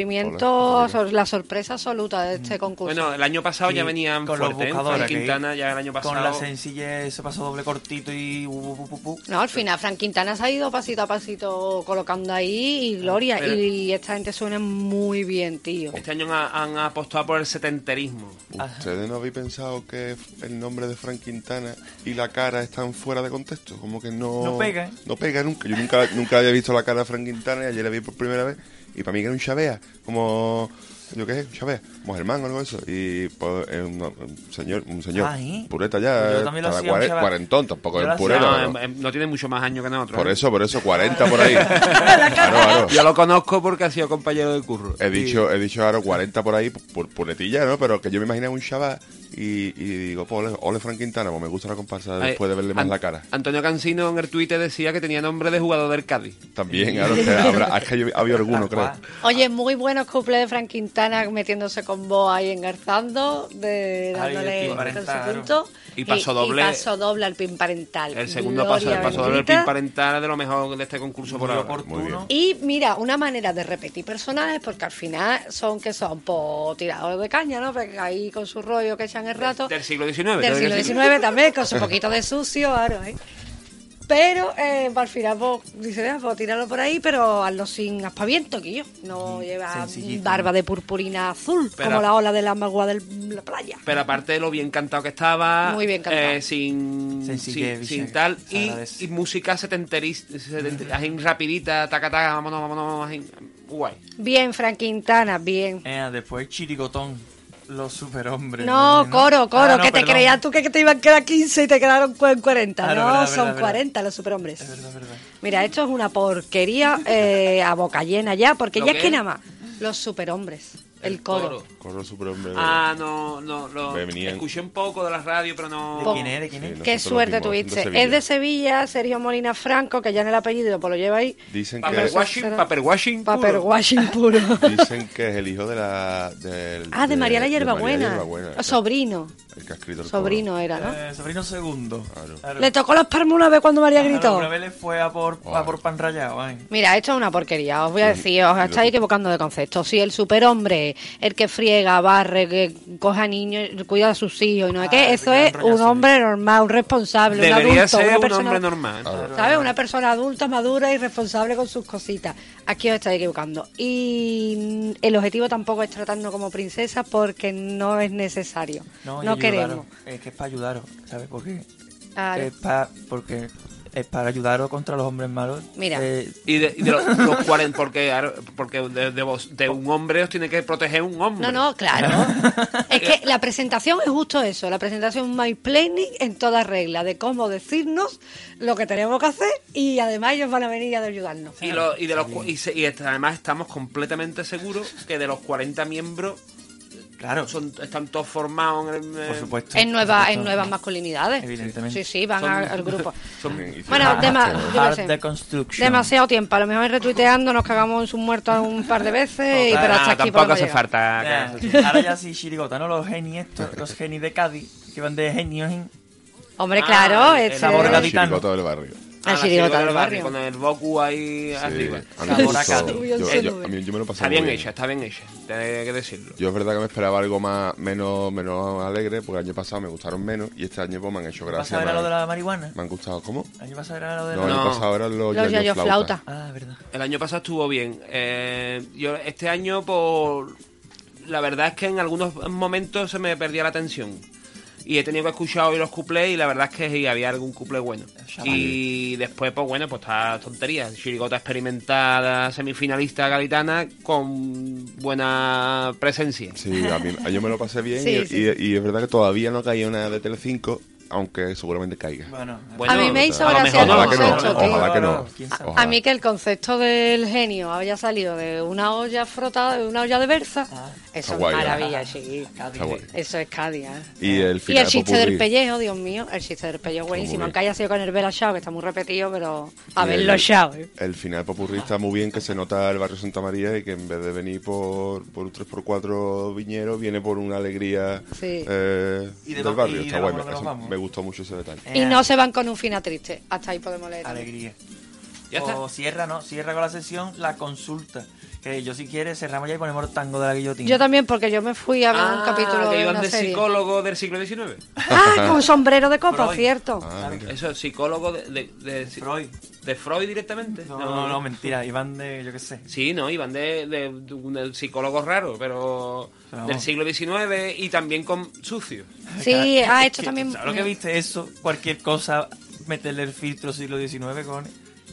B: Descubrimiento, sor- la sorpresa absoluta de este concurso.
F: Mm. Bueno, el año pasado ya
G: Sí,
F: venían
G: con los
F: fuertes. ¿eh?
G: buscadores,
F: Fran
G: que
F: Quintana ya el año pasado.
G: Con la sencillez, se pasó doble cortito y... bu, bu, bu, bu.
B: No, al final Fran Quintana se ha ido pasito a pasito colocando ahí y Gloria.
F: Ah, Pero-
B: Y esta gente suena muy bien, tío.
F: Este año han, han apostado por el setenterismo.
A: ¿Ustedes no habéis pensado que el nombre de Frank Quintana y la cara están fuera de contexto? Como que no...
G: No pega, ¿eh?
A: No pega nunca. Yo nunca, nunca había visto la cara de Frank Quintana y ayer la vi por primera vez. Y para mí que era un chavea. Como... Yo qué, Chávez, Mogermán o algo de eso. Y pues, es un, un señor, un señor,
G: Ah, ¿sí?
A: pureta ya,
G: Yo también lo
A: estará
G: hacía, un
A: cuare-
G: chaval.
A: cuarentón, tampoco
G: Yo
A: es
G: lo
A: un
G: hacía,
A: purero.
F: no,
A: ¿no?
F: em- em- no tiene mucho más años que nosotros.
A: Por
F: ¿eh?
A: eso, por eso, 40 por ahí. Claro, claro.
F: Yo lo conozco porque ha sido compañero de curro.
A: He
F: Y-
A: dicho, he dicho ahora 40 por ahí, por puretilla, ¿no? Pero que yo me imaginaba un chaval y, y digo, pues ole, ole Frank Quintana, pues me gusta la comparsa
F: eh,
A: después de verle más
F: An-
A: la cara.
F: Antonio Cancino en el Twitter decía que tenía nombre de jugador del Cádiz.
B: Eh,
A: También, claro, que habrá, es que yo- había alguno, creo.
G: Guau.
F: Oh.
B: Oye, muy buenos cuples de Frank Quintana metiéndose con vos ahí engarzando, de,
G: Ay, el
B: dándole
G: pin
B: con
G: parental.
B: su punto.
F: Y paso doble.
B: Y paso doble al pin parental.
F: El segundo
B: Gloria
F: paso del paso doble del
B: bendita.
F: pin parental es de lo mejor de este concurso por
G: Muy
F: ahora.
G: oportuno.
B: Y mira, una manera de repetir personajes, porque al final son que son por tiradores de caña, ¿no? Porque ahí con su rollo que echan el rato.
F: Del siglo XIX.
B: Del
F: creo
B: siglo
F: que sí.
B: XIX también, con su poquito de sucio, claro, ¿eh? Pero eh, al final vos dices, ah, pues tíralo por ahí, pero hazlo sin aspaviento, que yo. No lleva
G: Mm, sencillito.
B: barba de purpurina azul,
F: Pero-
B: como la ola de la magua de la playa.
F: Pero aparte de lo bien cantado que estaba.
B: Muy bien cantado.
F: eh, sin,
G: Sencillez,
F: sin, sin
G: Vicente,
F: tal.
G: se
F: Y,
G: agradece.
F: y música setenterista, así rapidita, taca, taca, vámonos, vámonos, así, guay.
B: Bien, Frank Quintana, bien.
G: Eh, después Chirigotón, los superhombres.
B: No,
G: ¿no?
B: coro, coro,
G: Ah, no,
B: que te
G: perdón.
B: creías tú que que te iban a quedar 15 y te quedaron cu- en 40.
G: Claro,
B: no,
G: verdad,
B: son
G: verdad, verdad.
B: 40 los superhombres.
G: Es verdad, es verdad.
B: Mira, esto es una porquería eh, a boca llena ya, porque
F: ¿Lo
B: ya
F: qué?
B: es que nada más, los superhombres, el, coro.
A: Corro superhombre.
F: Ah, no, no, lo
A: Venían-
F: escuché un poco de la radio, pero
G: ¿De
F: no.
B: Po-
G: quién es? ¿De quién
A: Sí,
G: es?
A: no.
B: Qué
A: Nosotros
B: suerte
A: los vimos,
B: tuviste.
A: son de
B: es de Sevilla, Sergio Molina Franco, que ya en el apellido pues lo lleva ahí.
A: Dicen
F: Paper
A: que,
F: washing, paper washing. puro.
B: Paper washing puro.
A: dicen que es el hijo de la. del-
B: ah, de, María
A: de María
B: la Hierbabuena.
A: Hierbabuena,
B: O Sobrino.
A: El que ha escrito el
B: Sobrino era, ¿no?
G: Eh, sobrino segundo. Claro. Ah,
B: Le tocó las palmas una vez cuando
F: Ah,
B: María
G: Claro,
B: gritó.
G: Una vez le fue a por, a por pan rallado, ay.
B: Mira, esto es una porquería, os voy a decir, os estáis equivocando de concepto. Si el superhombre, el que friega, barre, que coge a niños, cuida a sus hijos y no sé qué,
G: Ah,
B: eso
G: el
B: es
G: gran
B: un
G: rollazo.
B: hombre normal, un responsable, un
F: Debería
B: adulto,
F: ser
B: una
F: un
B: persona,
F: hombre normal.
B: ¿sabes? Una persona adulta, madura y responsable con sus cositas. Aquí os estáis equivocando. Y mm, el objetivo tampoco es tratarnos como princesas porque no es necesario. No,
G: y ayudaros.
B: queremos.
G: Es que es para ayudaros, ¿sabes por qué?
B: Claro.
G: Es para, porque es para ayudaros contra los hombres malos.
B: Mira.
G: Eh,
F: Y de, y de los, los 40, porque, ahora- porque de, de vos- de un hombre os tiene que proteger un hombre.
B: No, no, claro. es que la presentación es justo eso, la presentación My Planning en toda regla, de cómo decirnos lo que tenemos que hacer y además ellos van a venir a ayudarnos.
F: Y, lo- y de los, cu- y, se- y est- además estamos completamente seguros que de los 40 miembros
G: claro,
F: son, están todos formados en el- eh,
G: por supuesto.
B: En, nueva,
G: por
B: en
G: supuesto.
B: nuevas masculinidades.
G: Evidentemente.
B: Sí, sí, van
F: Son-
B: a- al grupo.
F: son-
A: coro. Y se-
B: Bueno, tema- yo qué
G: Hard
B: sé.
G: Deconstruction.
B: Demasiado tiempo, a lo mejor retuiteando nos cagamos en sus muertos un par de veces, y,
G: Total.
B: pero hasta
F: Ah,
B: aquí
F: tampoco
B: podemos
F: hace
B: llegar.
F: falta. que-
G: Nah, Ahora ya Ah, sí, Chirigota, ¿no? Los genios estos, los genios de Cádiz, que van de genios en...
B: Hombre,
F: Ah,
B: claro,
F: el
B: este-
G: sabor
A: El
G: gaditano.
A: chirigoto del barrio.
F: Ah,
B: Ah,
F: la
B: sí, digo,
F: chirigota
B: tal
F: del barrio,
B: barrio.
F: con el Boku ahí
A: Sí,
F: arriba.
A: a mí me
G: Sabor a
A: gustó.
G: Cádiz.
A: Yo-
B: Sí,
A: yo- a mí- yo me lo pasé
F: Está
A: muy
F: bien hecha, está bien hecha, tengo que decirlo.
A: Yo es verdad que me esperaba algo más menos, menos alegre, porque el año pasado me gustaron menos y este año pues, me han hecho
G: ¿Vas
A: gracia.
G: a ver
A: Me
G: a lo de
A: han,
G: la marihuana?
A: me han gustado. ¿Cómo?
G: ¿Año pasado era lo de
A: No,
G: la...
A: el año
F: No.
A: pasado eran los,
B: Los
A: yoyo
B: yoyo flauta.
G: Ah, verdad.
F: El año pasado estuvo bien. Eh, yo este año, por la verdad es que en algunos momentos se me perdía la atención. Y he tenido que escuchar hoy los cuplés y la verdad es que sí, había algún cuplé bueno. Y después, pues bueno, pues está tontería. Chirigota experimentada, semifinalista gaditana, con buena presencia.
A: Sí, a mí a yo me lo pasé bien
B: Sí,
A: y,
B: sí.
A: y- y es verdad que todavía no ha caído una de Telecinco, aunque seguramente caiga.
G: Bueno,
F: Bueno,
B: a mí me hizo
F: a lo mejor
B: gracia el
F: no,
A: ojalá que no,
B: concepto, tío.
A: ojalá que no.
G: ¿Quién sabe?
A: Ojalá.
B: A mí que el concepto del genio haya salido de una olla frotada, de una olla de berza, eso
A: Está
B: es
A: guay, ¿eh?
B: maravilla, sí.
A: Está guay.
B: Eso es Cádiz, ¿eh?
A: Y el
B: Y
A: final pues,
B: el chiste
A: popurrí.
B: del pellejo, Dios mío, el chiste del pellejo buenísimo,
A: bien.
B: aunque haya sido con el Vera Chao, que está muy repetido, pero
A: Y el-
B: haberlo echado. ¿eh?
A: El final popurrí está muy bien, que se nota el barrio Santa María y que en vez de venir por, por un 3x4 viñero, viene por una alegría
B: Sí.
A: eh,
G: Y de
A: del
G: va-
A: barrio.
G: y
A: Está
G: de
A: guay, me,
G: vamos,
A: eso
G: vamos.
A: me gustó mucho ese detalle.
B: Y no se van con un final triste, hasta ahí podemos leer. también.
G: Alegría.
F: Ya está.
G: O cierra, ¿no? Cierra con la sesión la consulta. Que yo, si quieres, cerramos ya y ponemos el tango de la guillotina.
B: Yo también, porque yo me fui a ver
A: Ah,
B: un capítulo
F: Ah, que
B: de
F: iban
B: una
F: de
B: serie.
F: psicólogo del siglo XIX.
B: Ah, con sombrero de copa,
G: Freud.
B: cierto.
G: ah,
A: Ah,
F: Eso, psicólogo de, de, de-
G: Freud.
F: de Freud directamente.
G: No, no, no, mentira. Iban de, yo qué sé.
F: Sí, no, iban de, de, de un psicólogo raro, pero
G: Vamos.
F: del siglo XIX y también con sucio.
B: Sí, ah, esto
G: Que-
B: también.
G: ¿Sabes lo que viste? Eso, cualquier cosa, meterle el filtro siglo XIX, con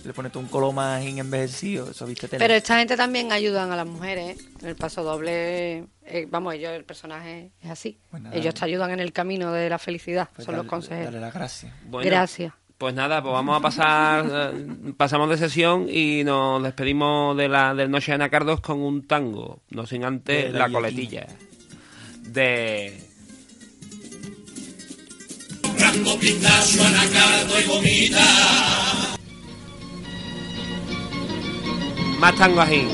G: le pone todo un color más envejecido, eso viste tela.
B: Pero esta gente también ayudan a las mujeres. ¿eh? En el paso doble, eh, vamos, ellos, el personaje es así.
G: Pues nada.
B: ellos te ayudan en el camino de la felicidad,
G: Pues
B: son los
G: dale-
B: consejeros.
G: Dale las gracias.
F: Bueno,
B: Gracias.
F: Pues nada, pues vamos a pasar, eh, pasamos de sesión y nos despedimos de la del Noche de Anacardos con un tango, no sin antes
G: De
F: la
G: la guillotina.
F: coletilla de
J: Rambo, Pistacho, Anacardo y Gomita.
F: más tango ají.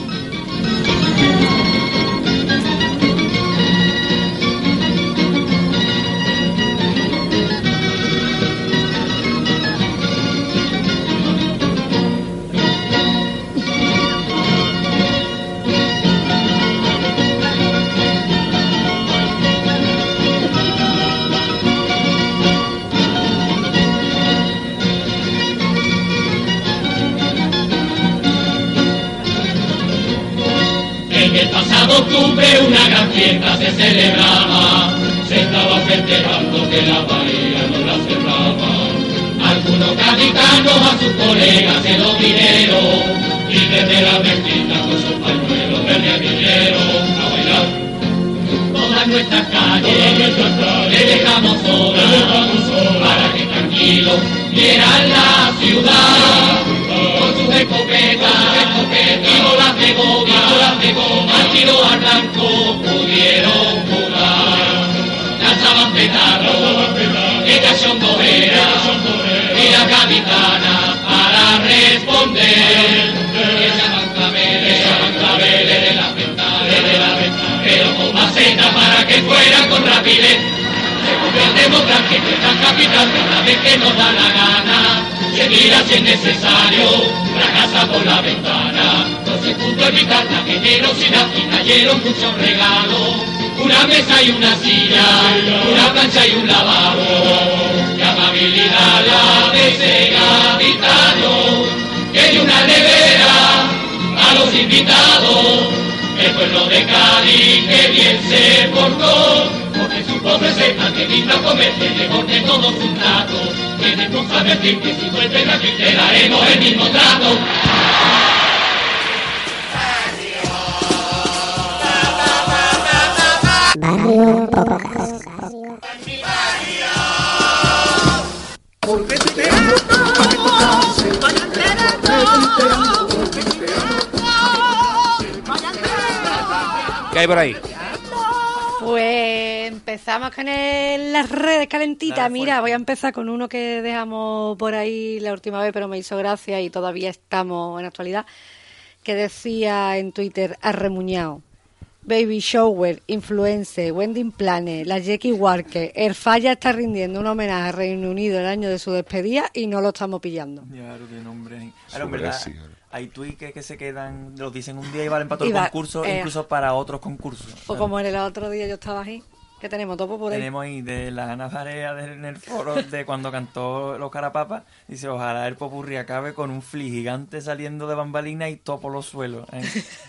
I: En el pasado octubre una gran fiesta se celebraba, se estaba festejando que la bahía no la cerraba. Algunos capitanos a sus colegas se lo vinieron y desde la mezquita con sus pañuelos verdes vinieron a bailar. Todas nuestras calles, le dejamos sola, para que tranquilos vieran la ciudad con sus escopetas, y bolas de goma, bolas de goma, al tiro al blanco pudieron jugar. Lanzaban petardos, que cachondo era, y la capitana para responder. Echaban claveles, echaban claveles de las ventanas, de las ventanas, pero con maceta para que fuera con rapidez. Comprendemos la que nuestra capital cada vez que nos da la gana se mira si es necesario la casa por la ventana no se pudo evitar la generosidad y cayeron muchos regalos una mesa y una silla una plancha y un lavabo qué amabilidad la de ese capitano que dio una nevera a los invitados el pueblo de Cádiz que bien se portó, porque supo receta que vino a comer, que le corte todos sus platos. Tenemos que decir que si vuelven aquí te daremos el mismo trato.
F: ¿Qué hay por ahí?
B: Pues empezamos con el- las redes calentitas.
G: Dale,
B: Mira, voy a empezar con uno que dejamos por ahí la última vez, pero me hizo gracia y todavía estamos en actualidad, que decía en Twitter, arremuñado. Baby Shower, Influence, Wendy Plane, la Jackie Walker, el Falla está rindiendo un homenaje a Reino Unido el año de su despedida y no lo estamos pillando.
G: Ya, lo tiene nombre. Ah,
A: Sobre sí, claro.
G: Hay tweets que, que se quedan, los dicen un día y valen para todo
B: Y
G: el
B: va-
G: concurso,
B: eh.
G: incluso para otros concursos.
B: O
G: ¿sabes?
B: como en el otro día yo estaba ahí, que tenemos topo por ahí.
G: Tenemos ahí de la Ana Farea de- en el foro de cuando cantó Los Carapapas. Dice: Ojalá el popurri acabe con un fli gigante saliendo de bambalina y todo por los suelos. ¿eh?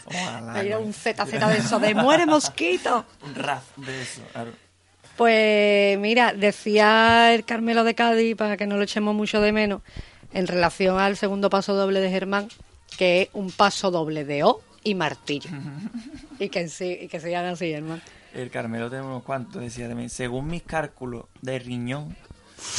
G: Ojalá.
B: Ahí era
G: Ah, ¿no?
B: un ZZ de eso, de muere mosquito.
G: Un raz de eso. claro.
B: Pues mira, decía el Carmelo de Cádiz, para que no lo echemos mucho de menos, en relación al segundo paso doble de Germán, que es un paso doble de O y martillo. y, que, en sí- y que se llama así, Germán.
G: El Carmelo tenemos unos cuantos, decía también. Según mis cálculos de riñón,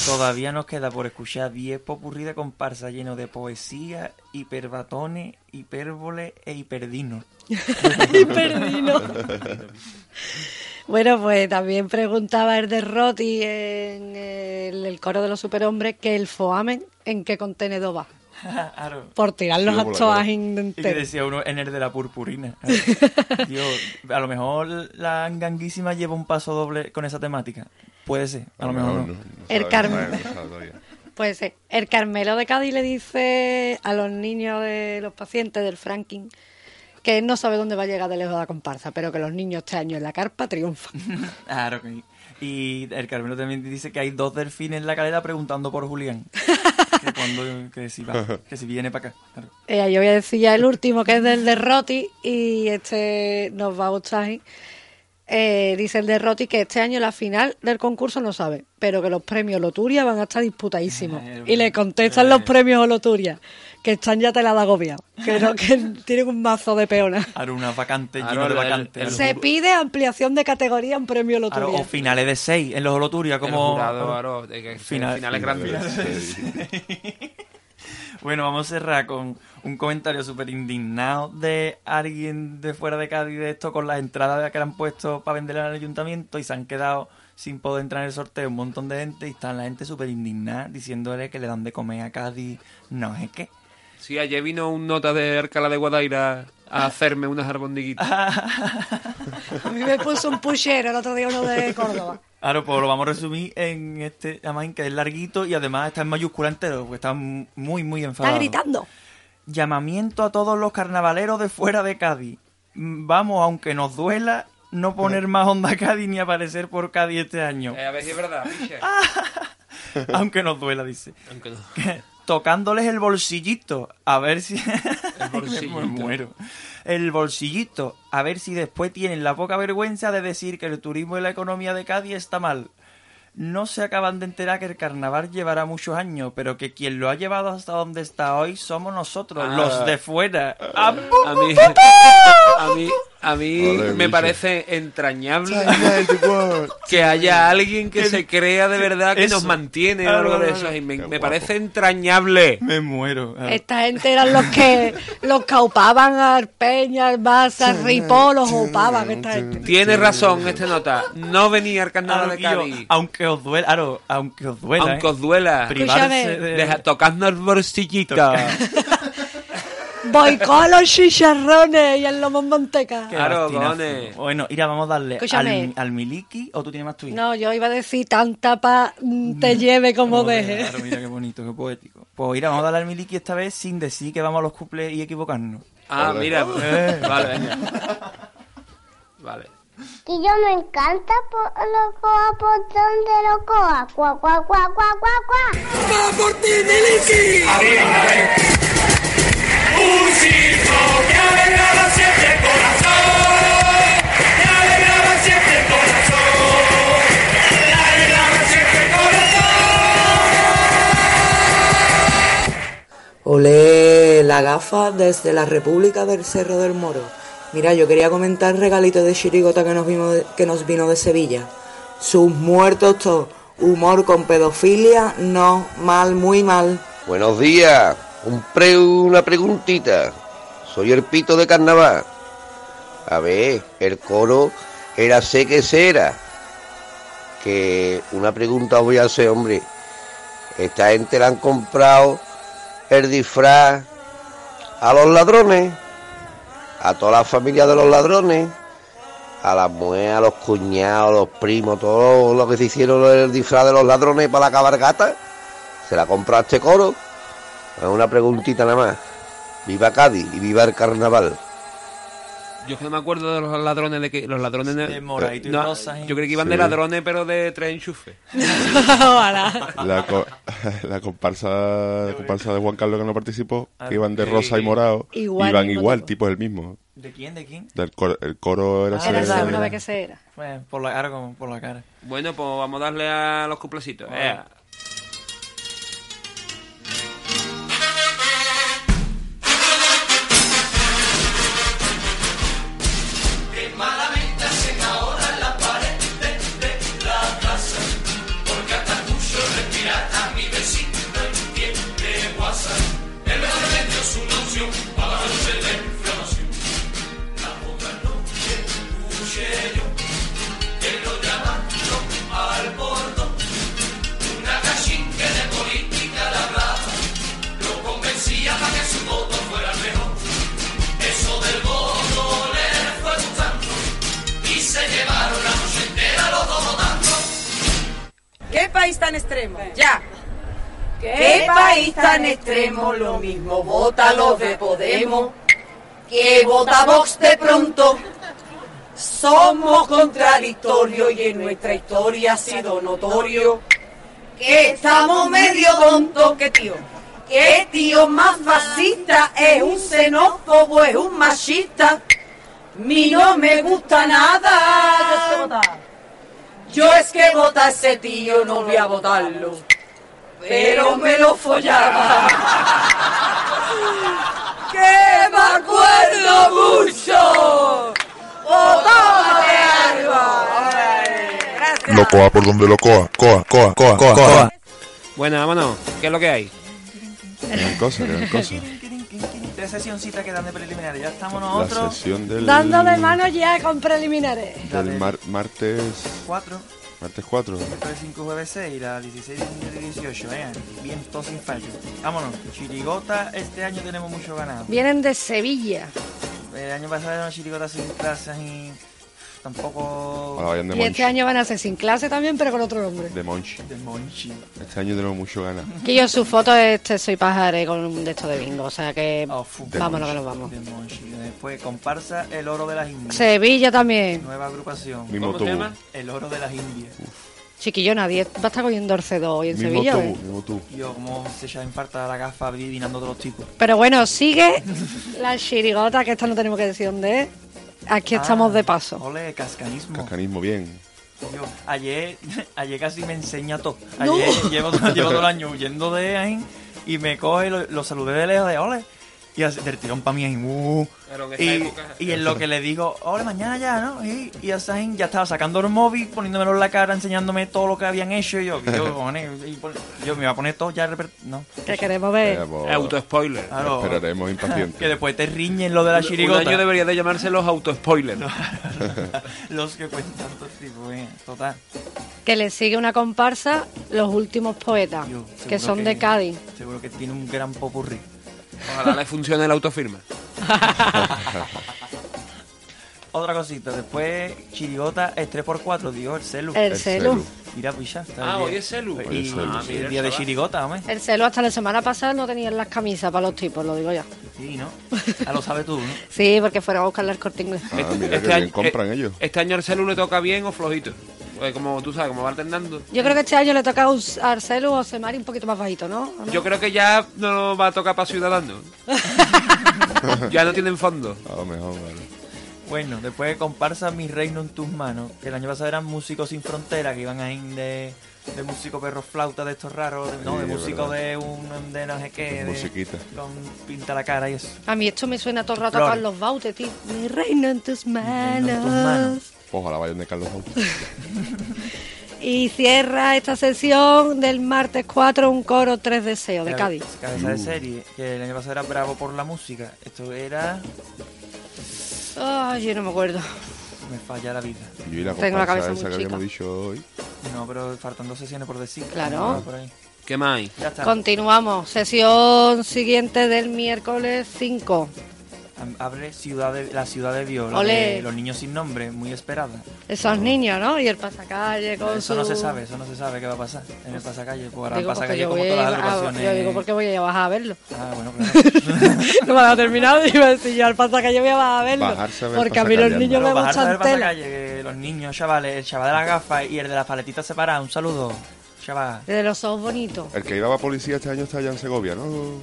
G: todavía nos queda por escuchar 10 popurrí de comparsa lleno de poesía, hiperbatones, hipérbole e hiperdinos.
B: y perdino. bueno, pues también preguntaba el de Roti en el, el coro de los superhombres que el foamen en qué contenedor va.
G: Claro.
B: Por tirar los
A: Sí, por la
B: actos
A: cara.
B: a
G: Y que
B: entero.
G: decía uno en el de la purpurina. Dios, a lo mejor la ganguísima lleva un paso doble con esa temática. Puede ser, a lo mejor no.
B: El
A: sabe,
B: Carmen.
A: no sabe todavía.
B: Pues sí. el Carmelo de Cádiz le dice a los niños de los pacientes del Franklin que él no sabe dónde va a llegar de lejos la comparsa, pero que los niños este año en la carpa triunfan.
G: Claro que sí. Y el Carmelo también dice que hay dos delfines en la calera preguntando por Julián. que, cuando, que, si va, que si viene para acá. Claro.
B: Eh, yo voy a decir ya el último, que es del de Roti, y este nos va a gustar. ¿eh? Eh, dice el de Roti que este año la final del concurso no sabe, pero que los premios Loturia van a estar disputadísimos.
G: Ah, el-
B: Y le contestan los premios Loturia que están ya telada agobiada, que, no, que tienen un mazo de peonas.
G: Ahora una vacante
F: Ahora
G: lleno de
F: el- el-
G: vacantes.
F: el-
B: Se pide ampliación de categoría en premio
G: Ahora,
B: lotería.
G: o finales de 6 en los Holoturia, como.
F: el jurado, aro, de que-
G: Final-
F: finales grandes.
G: Bueno, vamos a cerrar con un comentario súper indignado de alguien de fuera de Cádiz de esto con las entradas que le han puesto para venderle al ayuntamiento y se han quedado sin poder entrar en el sorteo un montón de gente y está la gente súper indignada diciéndole que le dan de comer a Cádiz. No es que.
F: Sí, ayer vino un nota de Alcalá de Guadaira a hacerme unas albondiguitas.
B: A mí me puso un puchero el otro día uno de Córdoba.
G: Ahora, pues lo vamos a resumir en este, además que es larguito y además está en mayúscula entero, porque está muy, muy enfadado.
B: Está gritando.
G: Llamamiento a todos los carnavaleros de fuera de Cádiz. Mm, Vamos, aunque nos duela, no poner más onda Cádiz ni aparecer por Cádiz este año.
F: Eh, a ver si es verdad, piche.
G: Aunque nos duela, dice.
F: Aunque no.
G: Tocándoles el bolsillito, a ver si...
F: El bolsillito.
G: Me muero. El bolsillito, a ver si después tienen la poca vergüenza de decir que el turismo y la economía de Cádiz está mal. No se acaban de enterar que el carnaval llevará muchos años, pero que quien lo ha llevado hasta donde está hoy somos nosotros,
F: Ah.
G: los de fuera. Ah,
F: A mí, a mí, a mí
A: Ole,
F: me
A: bicho.
F: parece entrañable que haya alguien que se crea de verdad que
G: Eso.
F: nos mantiene o
G: Ah,
F: algo
G: no,
F: de
G: no,
F: eso.
G: no.
F: Y me,
A: Qué
F: me
A: guapo.
F: parece entrañable.
G: me muero. Ah.
B: Esta gente eran los que los caupaban al Peña, al Barça, al Ripoll, los upaban. Esta gente.
F: Tiene razón este nota. No venía al carnaval
G: Aro,
F: de
G: tío,
F: Cádiz.
G: Ah, aunque os duela, Aro, aunque os duela,
F: Aunque
G: ¿eh?
F: os duela.
G: privarse
B: Escúchame.
G: de...
F: Deja, tocadnos el bolsillito.
B: Boicot a los chicharrones y al lomón manteca.
G: Qué
F: Claro,
G: bastinazo.
F: cojones.
G: Bueno, Ira, vamos a darle
B: Escúchame.
G: al, al Miliki o tú tienes más tweets.
B: No, yo iba a decir tan tapa te lleve como
G: Joder,
B: deje.
G: Aro, mira qué bonito, qué poético. Pues Ira, vamos a darle al Miliki esta vez sin decir que vamos a los cuples y equivocarnos.
F: Ah, mira.
G: Eh.
F: Vale, venga. Vale.
H: Que yo me encanta por lo coa, por donde lo coa. Cuá, cuá, cuá, cuá, cuá, cuá.
K: Olé, la gafa desde la República del Cerro del Moro. Mira, yo quería comentar el regalito de chirigota que nos, vino de, que nos vino de Sevilla. Sus muertos todos. Humor con pedofilia, no, mal, muy mal.
L: Buenos días. Un pre- una preguntita. Soy el pito de carnaval. A ver, el coro era sé que será. Que una pregunta os voy a hacer, hombre. Esta gente le han comprado el disfraz a los ladrones, a toda la familia de los ladrones, a las mujeres, a los cuñados, a los primos, todo lo que se hicieron el disfraz de los ladrones para la cabargata. ¿Se la compraste coro? Ah, Una preguntita nada más. Viva Cádiz y viva el carnaval.
F: Yo que no me acuerdo de los ladrones de que. Los ladrones de-
G: De moradito y
F: No,
G: rosa, ¿eh?
F: yo creo que iban
A: Sí.
F: de ladrones, pero de tres enchufes.
B: Ojalá.
A: La, co- la comparsa, la comparsa de Juan Carlos que no participó, que iban de rosa y morado,
B: Igual,
A: iban
B: mismo
A: igual,
B: tipo.
A: tipo es el mismo.
G: ¿De quién? ¿De quién?
A: Del coro- el coro era
G: Ah,
A: ser-
B: Era
G: sí,
B: esa
G: sí.
B: una vez que se era.
G: Pues, por la cara, como por la cara.
F: Bueno, pues vamos a darle a los eh. cuplecitos. Ea.
M: ¿Qué país tan extremo? Ya. ¿Qué país tan extremo? Lo mismo vota los de Podemos que vota Vox de pronto. Somos contradictorios y en nuestra historia ha sido notorio que estamos medio tontos. ¿Qué tío? ¿Qué tío más fascista? ¿Es un xenófobo? ¿Es un machista? Mi no me gusta nada. Yo es que vota a ese tío, no voy a votarlo. Pero me lo follaba. que me acuerdo mucho. ¡O tómate algo!
C: Locoa por donde locoa. Coa, coa, coa, coa, coa.
F: Bueno, vámonos. ¿Qué es lo que hay?
A: Gran cosa, gran cosa.
G: Tres sesioncitas quedan de preliminares. Ya estamos
A: La
G: nosotros.
A: sesión del,
B: Dándole mano ya con preliminares.
A: del mar- martes...
G: Cuatro.
A: Martes 4.
G: Jueves 5, jueves 6, la 16, 17 y 18. Vean, bien, todo sin fallo. ¿eh? Vámonos. Chirigota, este año tenemos mucho ganado.
B: Vienen de Sevilla.
G: El año pasado era una chirigota sin clases y tampoco...
A: Ahora Ah, vayan de
B: Y este
A: Monchi.
B: año van a ser sin clase también, pero con otro nombre.
A: De Monchi. Este año tenemos mucho ganas.
B: Que yo su foto es este soy pajaré con un de esto de bingo, o sea que
G: Ah, Oh.
A: De
B: vámonos que
A: Monchi.
B: nos vamos.
G: Después, comparsa El Oro de las Indias.
B: Sevilla también.
G: Nueva agrupación.
A: Mismo ¿Cómo se autobús. llama?
G: El Oro de las Indias.
B: Chiquillo, nadie va a estar cogiendo orcedo hoy en Sevilla. ¿eh?
G: Yo como se echa en falta la gafa adivinando todos los tipos.
B: Pero bueno, sigue la chirigota, que esta no tenemos que decir dónde es. Aquí
G: Ah.
B: estamos de paso.
G: Ole, cascanismo.
A: Cascanismo bien.
G: Yo, ayer, ayer casi me enseña todo. Ayer llevo, llevo todo el año huyendo de ahí y me coge, lo, lo saludé de lejos de ole. Y así, del tirón para mí, ahí, uh,
F: Pero en esa
G: y,
F: época-
G: y en lo que le digo, ole, mañana ya, ¿no? Y, y así, ahí, ya estaba sacando el móvil, poniéndomelo en la cara, enseñándome todo lo que habían hecho. Y yo, yo, cojones, y pon- yo me iba a poner todo ya. reper- No.
B: Que queremos ver.
A: Eh,
F: Eh, Auto-spoiler.
G: Claro.
A: Esperaremos impacientes.
G: Que después te riñen lo de la
F: Un-
G: chirigota.
F: Un año debería de llamarse los auto-spoilers.
G: Los que cuentan todo tipo, venga, total.
B: Que le sigue una comparsa los últimos poetas, que
G: seguro
B: son
G: que-
B: de Cádiz.
G: Seguro que tiene un gran popurrí.
F: Ojalá le funcione el autofirma.
G: Otra cosita, después Chirigota es 3x4, digo, el celu.
B: El El celu. celu.
G: Mira, pues ya está.
F: Ah,
G: el día-
F: hoy es celu.
G: Y,
F: Hoy es celu,
G: y
F: sí.
G: el día de Chirigota, hombre.
B: El celo hasta la semana pasada no tenían las camisas para los tipos, lo digo ya.
G: Sí, ¿no? Ya lo sabes tú, ¿no?
B: Sí, porque fueron a buscarle el corte inglés.
A: Ah, mira,
F: Este
A: que bien
F: año-
A: compran ellos.
F: Este año el celu le toca bien o flojito. Pues como tú sabes, como va alternando.
B: Yo creo que este año le toca a Us- a Arcelo o a Semari un poquito más bajito, ¿no? ¿O no?
F: Yo creo que ya no va a tocar para Ciudadanos. ya no tienen fondo.
A: A lo mejor, vale.
G: Bueno, después comparsa Mi Reino en tus manos, que el año pasado eran músicos sin frontera, que iban ahí de, de músico perro flauta de estos raros, de- no,
A: Sí,
G: de
A: es
G: músico
A: verdad.
G: de un de no sé qué, de-
A: Musiquita.
G: con pinta la cara y eso.
B: A mí esto me suena todo el rato a
G: Flores.
B: Carlos Baute, tío. Mi reino en tus manos.
A: Ojalá vayan de Carlos Baute.
B: Y cierra esta sesión del martes 4 un coro Tres Deseos de
G: Cabe-
B: Cádiz.
G: Cabeza de
A: Uh.
G: serie, que el año pasado era bravo por la música. Esto era.
B: Ay, yo no me acuerdo.
G: Me falla la vida.
A: Y Yo y la
B: Tengo
A: comparsa
B: la cabeza
A: esa
B: muy
A: que
B: chica.
A: habíamos dicho hoy.
G: No, pero faltan dos sesiones por decir.
B: Claro.
G: Ah, por ahí.
F: ¿Qué más hay?
G: Ya está.
B: Continuamos. Sesión siguiente del miércoles 5.
G: Am- Abre ciudad de- la ciudad de Viola.
B: Olé.
G: de los niños sin nombre, muy esperada.
B: Esos niños, ¿no? Y el pasacalle con
G: Eso no
B: su-
G: se sabe, eso no se sabe qué va a pasar en el pasacalle. Pues ahora el
B: Digo, porque
G: pasacalle,
B: yo
G: como
B: voy a
G: todas las
B: ir a-
G: agrupaciones.
B: yo digo, ¿por qué voy a ir a bajar a verlo?
G: Ah, bueno, claro.
B: no me había terminado y iba a decir yo al pasacalle voy a bajar a verlo.
G: Bajarse a ver
B: porque a mí los
G: pasacalle,
B: niños me
G: Pero bajarse a ver
B: gustan tela.
G: pasacalle, que los niños, chavales, el chaval de las gafas y el de las paletitas separadas. Un saludo, chaval.
B: De los ojos bonitos.
A: El que iba a policía este año está allá en Segovia, ¿no?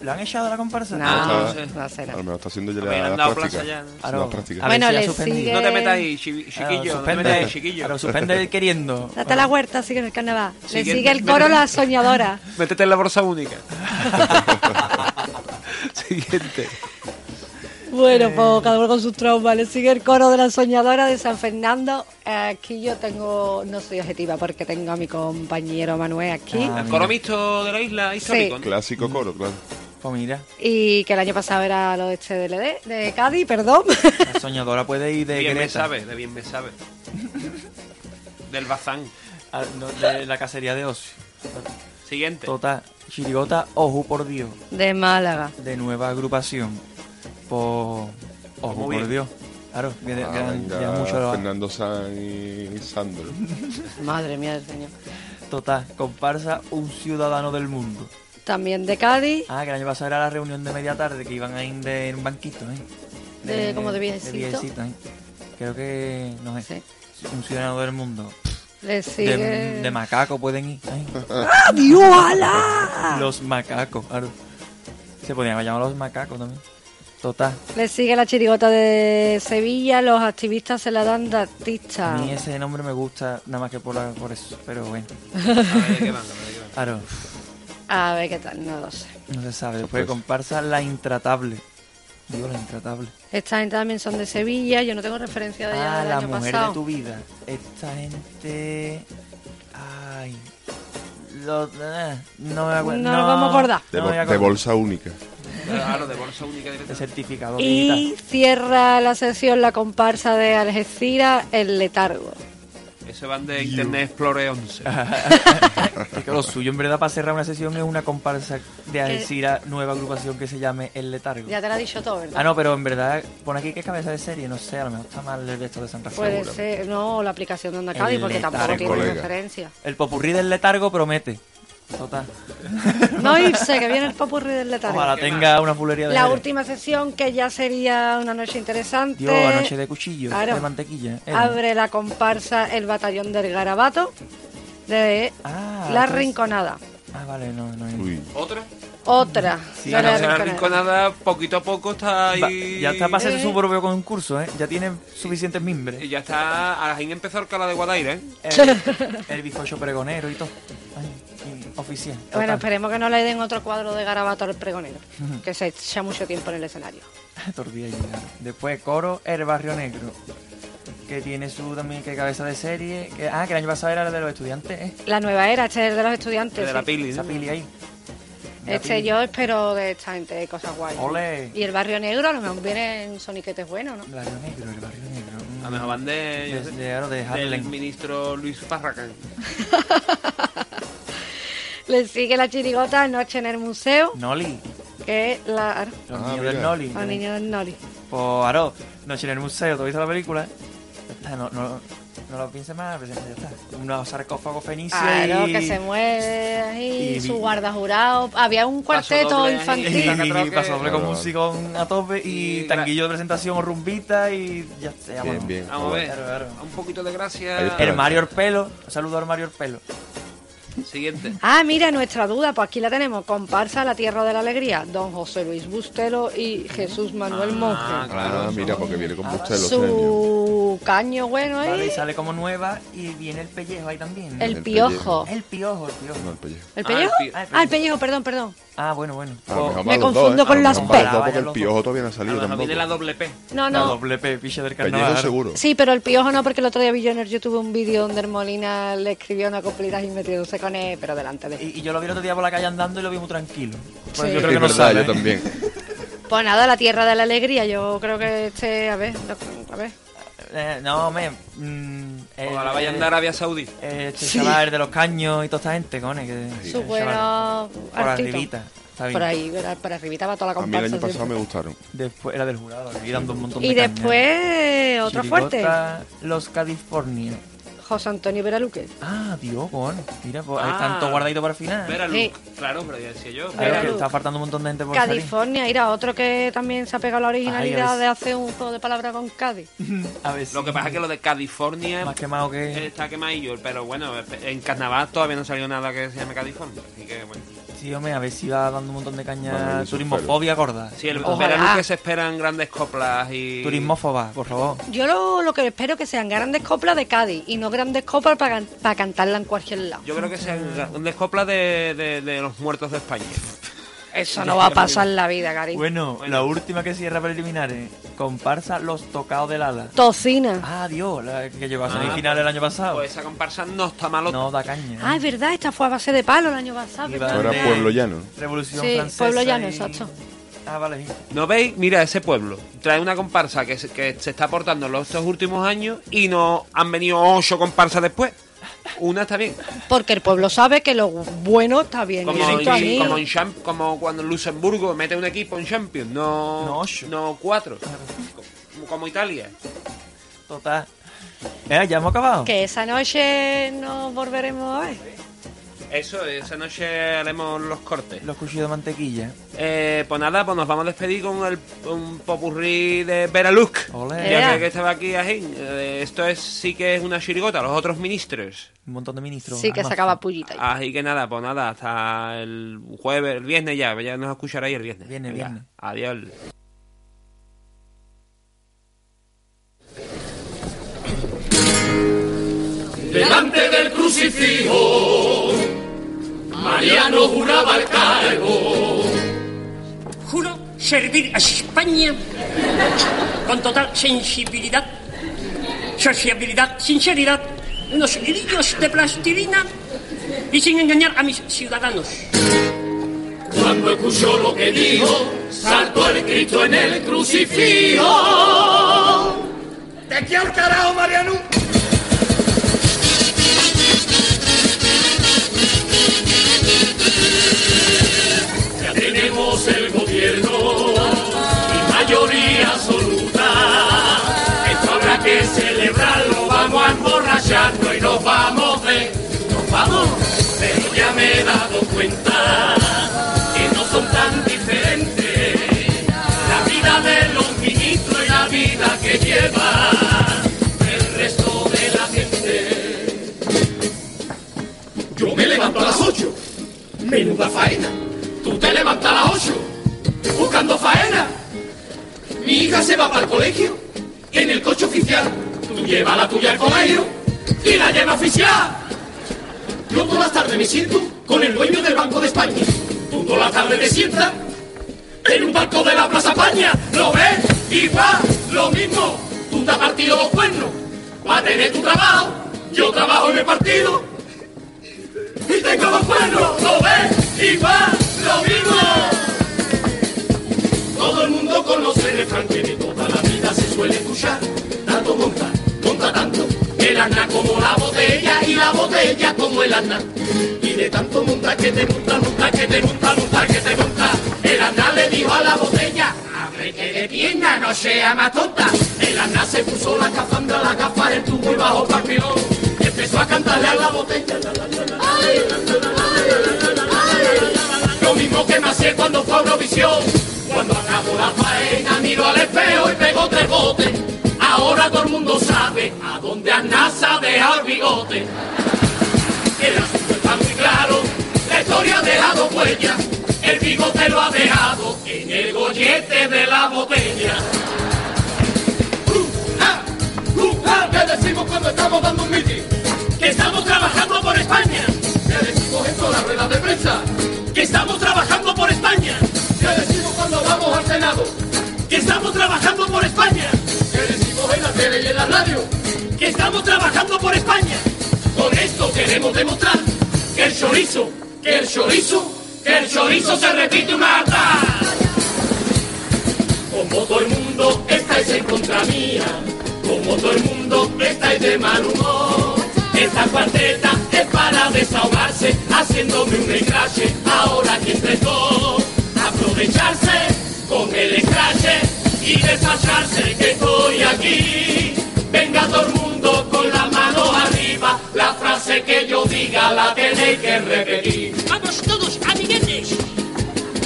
G: ¿Lo han echado de la comparsa?
A: Ah,
B: no sé, no sé, no.
A: A lo mejor está haciendo ya
F: A ver,
A: la
F: han dado
A: práctica.
F: plaza ya, ¿no?
A: Las
G: Claro.
A: prácticas.
G: A ver
B: Bueno,
G: si la
B: le
G: suspendí.
B: sigue-
F: No te metas ahí, chiqui- chiquillo. No te metas ahí, chiquillo.
G: Ahora suspende el queriendo. Ah,
B: Date la vuelta, sigue en el carnaval. Le
F: Siguiente.
B: sigue el coro La Soñadora.
F: Métete en la bolsa única. Siguiente.
B: Bueno, pues cada uno con sus traumas. Le sigue el coro de La Soñadora de San Fernando. Aquí yo tengo, no soy objetiva porque tengo a mi compañero Manuel aquí.
F: el coro mixto de la isla histórico. ¿no?
A: Clásico coro, claro.
G: Pues mira,
B: Y que el año pasado era lo de este de LD, de Cádiz, perdón.
G: la soñadora puede ir de
F: Bien me
G: Greta.
F: sabe, de bien me sabe. Del bazán.
G: a- no, de la cacería de ocio.
F: Siguiente.
G: Total, Chirigota, ojo por Dios.
B: De Málaga.
G: De nueva agrupación. Por. Ojo
F: Muy
G: por
F: bien.
G: Dios. Claro, ya, ya-
A: Ah,
G: ya
A: venga,
G: mucho lo
A: Fernando San y Sandro.
B: Madre mía del Señor.
G: Total, comparsa un ciudadano del mundo.
B: También de Cádiz,
G: Ah, que el año pasado era la reunión de media tarde que iban ahí de, en un banquito, ¿eh?
B: De- como de viejecito.
G: viejecito, ¿eh? Creo que. No sé. Un ciudadano del mundo.
B: le
G: De,
B: sigue.
G: de macaco pueden ir. Ay.
B: eh. ¡Ah, Dios, ala!
G: Los macacos, claro. Se podían llamar los macacos también. Total.
B: Le sigue la chirigota de Sevilla, los activistas se la dan de
G: A
B: artista.
G: mí ese nombre me gusta, nada más que por, la- por eso, pero bueno.
F: A ver, ¿de qué van? A ver, ¿de qué van?
G: Claro.
B: A ver qué tal, no lo sé.
G: No se sabe. Después de comparsa, la intratable. Digo, la intratable.
B: Esta gente también son de Sevilla, yo no tengo referencia de ella
G: Ah,
B: del
G: la
B: año
G: mujer
B: pasado.
G: de tu vida. Esta gente. Ay. Lo- eh, no me acuerdo.
B: No nos vamos a acordar.
A: De, bol- de bolsa única.
F: Claro, ah, de bolsa única de
G: certificado.
B: Y cierra la sesión la comparsa de Algeciras, El Letargo.
F: Ese van de Internet Explorer 11.
G: Es que lo suyo, en verdad, para cerrar una sesión es una comparsa de Alcira, nueva agrupación que se llame El Letargo.
B: Ya te lo he dicho todo, ¿verdad?
G: Ah, no, pero en verdad, pone aquí que es cabeza de serie, no sé, a lo mejor está mal el resto de San Rafael.
B: Puede ser, no, la aplicación de Onda
G: El
B: Cádiz, porque tampoco
G: letargo,
B: tiene
G: colega.
B: referencia.
G: El popurrí del letargo promete. Total.
B: No irse, que viene el popurrí del Letargo.
G: Ojalá tenga una fulería de
B: La
G: Jerez.
B: última sesión, que ya sería una noche interesante.
G: Dios, anoche de cuchillo,
B: Claro.
G: de mantequilla. eh.
B: Abre la comparsa El Batallón del Garabato de
G: Ah,
B: La
G: pues-
B: Rinconada.
G: Ah, vale, no, no.
F: ¿Otra?
B: Otra.
G: Sí.
B: de
F: Claro,
B: La
F: o sea, la
B: Rinconada.
F: rinconada poquito a poco está
G: Va-
F: ahí.
G: ya está para hacer su propio concurso, ¿eh? Ya tienen suficientes mimbres.
F: Y ya está. A la empezó el cala de Guadaira, ¿eh?
G: El, el bizcocho pregonero y todo. Ay, y oficial.
B: Bueno,
G: total.
B: esperemos que no le den otro cuadro de Garabato al pregonero, que se echa mucho tiempo en el escenario.
G: Te olvidé llegar. Después Coro, El Barrio Negro. Que tiene su también que cabeza de serie. que- ah, que el año pasado era la de los estudiantes, ¿eh?
B: La nueva era, este es de los estudiantes. sí.
G: Esa pili ahí. La
B: Este
G: pili.
B: yo espero de esta gente cosas guay.
G: Ole.
B: Y el barrio negro a lo mejor viene un soniquete bueno, ¿no?
G: Barrio Negro, el Barrio Negro. Mm.
F: A lo mejor van de. yo
G: De-
F: sé,
G: de- claro, de
F: del
G: Harlem.
F: ministro Luis Farrakhan.
B: Le sigue la chirigota Noche en el Museo,
G: Noli.
B: que es la
G: Los niños del Noli.
B: los niños del Noli.
G: Pues, Aro, Noche en el Museo, ¿tú viste la película? Ya está, no, no, no lo pienses más, pues ya está. Unos sarcófagos fenicios
B: Claro,
G: y...
B: que se mueve ahí,
G: y-
B: su guarda jurado. Había un cuarteto
G: doble ahí,
B: infantil.
G: Y pasó doble con musicón a tope y tanguillo de presentación o rumbita y ya está. vámonos.
A: bien,
F: Vamos a ver.
G: Claro, claro.
F: Un poquito de
A: Ahí
F: gracia.
A: está.
G: El Mario Orpelo, un saludo al Mario Orpelo.
F: Siguiente.
B: Ah, mira, nuestra duda, pues aquí la tenemos. Comparsa La Tierra de la Alegría, don José Luis Bustelo y Jesús Manuel Monge.
A: Ah, mira, porque viene con Bustelo.
B: Su caño bueno ahí.
G: Vale, y sale como nueva y viene el pellejo ahí también. ¿no?
B: El El piojo. pellejo.
G: El piojo, el piojo.
A: No, el pellejo.
B: ¿El pellejo? Ah, el pellejo, perdón, perdón.
G: Ah, bueno, bueno.
A: A lo mejor
B: Me
A: van los
B: confundo
A: dos, ¿eh?
B: con
A: A lo
B: las
A: mejor van los
B: P.
A: dos, porque
B: Vayan
A: el
B: los
A: piojo todavía no ha salido
F: A lo mejor
A: tampoco.
F: viene la doble
G: Eh,
F: P.
B: No,
G: La
B: no.
G: doble P, picha del carnaval.
A: Pellejo seguro.
B: Sí, pero el piojo no, porque el otro día vi yo en el YouTube un vídeo donde el Molina le escribió una coplita y metiéndose con él, pero delante de él.
G: Y, y yo lo vi el otro día por la calle andando y lo vi muy tranquilo. Pues
B: Sí.
G: yo creo
A: Es
G: que no
A: verdad,
G: sabe.
A: yo también.
B: Pues nada, la tierra de la alegría, yo creo que este, a ver, lo- a ver.
G: Eh, no, me.
F: Ojalá vaya a andar
G: eh.
F: a Arabia Saudí.
G: Este
F: Sí.
G: chaval de los caños y toda esta gente, cone. Que,
B: Sus
G: chaval.
B: buenos
G: Por
B: artitos.
G: arribita, está bien.
B: ah, Por ahí, verá, por arribita va toda la
A: A mí el
B: comparsa.
A: año pasado
B: siempre.
A: me gustaron.
G: Después era del jurado, le vi dando un montón de
B: Y
G: caña.
B: después, otro fuerte,
G: Chirigota, Los California.
B: José Antonio Veraluque.
G: Ah, Dios, bueno. Mira, pues hay
B: Ah.
G: tanto guardadito para el final.
F: Vera
B: Sí.
F: Luke. Claro, pero ya decía yo.
G: Claro,
F: Vera
G: que
F: Luke.
G: está faltando un montón de gente por salir.
B: California, era otro que también se ha pegado la
G: Ay, a
B: originalidad
G: ver.
B: de hacer un juego de palabras con Cádiz.
G: A ver si-
F: Lo que pasa es que lo Eh. de California.
G: Más quemado que-
F: Está quemadillo, pero bueno, en carnaval todavía no salió nada que se llame California. Así que bueno.
G: Sí, este hombre, a ver si va dando un montón de
F: Vale,
G: caña.
F: yo
G: Turismofobia gorda. Oh,
F: Sí, el
G: Ojalá.
F: verano que se esperan grandes coplas y.
G: Turismófoba, por favor.
B: Yo lo, lo que espero que sean grandes coplas de Cádiz y no grandes coplas para cantarla en cualquier lado.
F: Yo creo que sean grandes coplas de, de- de los muertos de España.
B: Eso no va a pasar en la vida, cariño.
G: Bueno, la última que cierra preliminares. Comparsa Los Tocados del Ala.
B: Tocina.
G: Ah, Dios, la que llegó a
F: Ah,
G: semifinal el año pasado.
F: Pues esa comparsa no está malo.
G: No da caña. ¿eh?
B: Ah, es verdad, esta fue a base de palo el año pasado.
G: Y
B: ¿verdad?
G: van
A: Era
G: de
A: pueblo llano.
G: Revolución
B: Sí,
G: francesa.
B: pueblo llano,
G: y-
B: exacto.
G: Ah, vale.
F: ¿No veis? Mira ese pueblo. Trae una comparsa que se, que se está aportando en los estos últimos años y no han venido ocho comparsas después. Una está bien.
B: Porque el pueblo sabe que lo bueno está bien.
F: Como,
B: y eso
F: en-
B: está bien.
F: como en champ- como cuando Luxemburgo mete un equipo en Champions, no, no, cuatro. Como, como Italia.
G: Total. Eh, ya hemos acabado.
B: Que esa noche nos volveremos a ver.
F: Eso, esa noche haremos los cortes.
G: Los cuchillos de mantequilla.
F: Eh, pues nada, pues nos vamos a despedir con el, un popurrí de Veraluk.
G: Ole.
F: Ya
G: Ea.
F: que- que estaba aquí Ajín. Eh, esto es sí que es una chirigota, los otros ministros.
G: Un montón de ministros.
B: Sí, que
G: además.
B: sacaba pullita.
F: Así que nada, pues nada, hasta el jueves, el viernes ya, ya nos escucharéis el viernes. Viernes,
G: viernes.
F: Adiós.
I: Delante del crucifijo, Mariano juraba el cargo.
N: servir a España con total sensibilidad, sociabilidad, sinceridad, unos grillos de plastilina y sin engañar a mis ciudadanos.
I: Cuando escuchó lo que dijo, saltó el Cristo en el crucifijo.
N: ¡Te quiero carajo, Mariano!
I: Ya tenemos el gobierno y mayoría absoluta. Esto habrá que celebrarlo, vamos a emborracharnos y nos vamos de, nos vamos. Pero ya me he dado cuenta que no son tan diferentes la vida de los ministros y la vida que lleva el resto de la gente. Yo me levanto a las 8, menuda faena. Tú te levantas a las 8, buscando faena. Mi hija se va para el colegio en el coche oficial. Tú llevas la tuya al colegio y la lleva oficial. Yo todas las tardes me siento con el dueño del Banco de España. Tú todas las tardes te sientas en un banco de la Plaza España. ¿Lo ves? Y va lo mismo. Tú te has partido los cuernos. Va a tener tu trabajo. Yo trabajo en el partido. Y tengo los cuernos. ¿Lo ves? Y va lo mismo. Todo el mundo conoce el refrán que de toda la vida se suele escuchar. Tanto monta, monta tanto. El ana como la botella y la botella como el ana. Y de tanto monta que te monta, monta, que te monta, monta, que te monta. El ana le dijo a la botella, abre que de pierna no sea más tonta. El ana se puso la cafanda, la gafas, el tubo y bajo papilón. Y empezó a cantarle a la botella. la, la, la, la, la, la, la, la, la. Lo mismo que me hacía cuando fue a Eurovisión. Cuando acabó la faena miro al espejo y pegó tres botes. Ahora todo el mundo sabe a dónde NASA deja el bigote. El asunto está muy claro, la historia ha dejado huella. El bigote lo ha dejado en el gollete de la botella. Uh, uh, uh, ¿Qué decimos cuando estamos dando un mitin? Que estamos trabajando por España. ¿Qué decimos en todas las ruedas de prensa? Que estamos trabajando por España. ¿Qué decimos cuando vamos al Senado? Que estamos trabajando por España. ¿Qué decimos en la tele y en la radio? Que estamos trabajando por España. Con esto queremos demostrar que el chorizo, que el chorizo, que el chorizo se repite una harta. Como todo el mundo estáis en contra mía, como todo el mundo estáis de mal humor. Esta cuarteta es para desahogarse, haciéndome un escrache, ahora que entre todos aprovecharse con el escrache y despacharse que estoy aquí. Venga todo el mundo con la mano arriba, la frase que yo diga la tenéis que repetir. Vamos todos, amiguetes.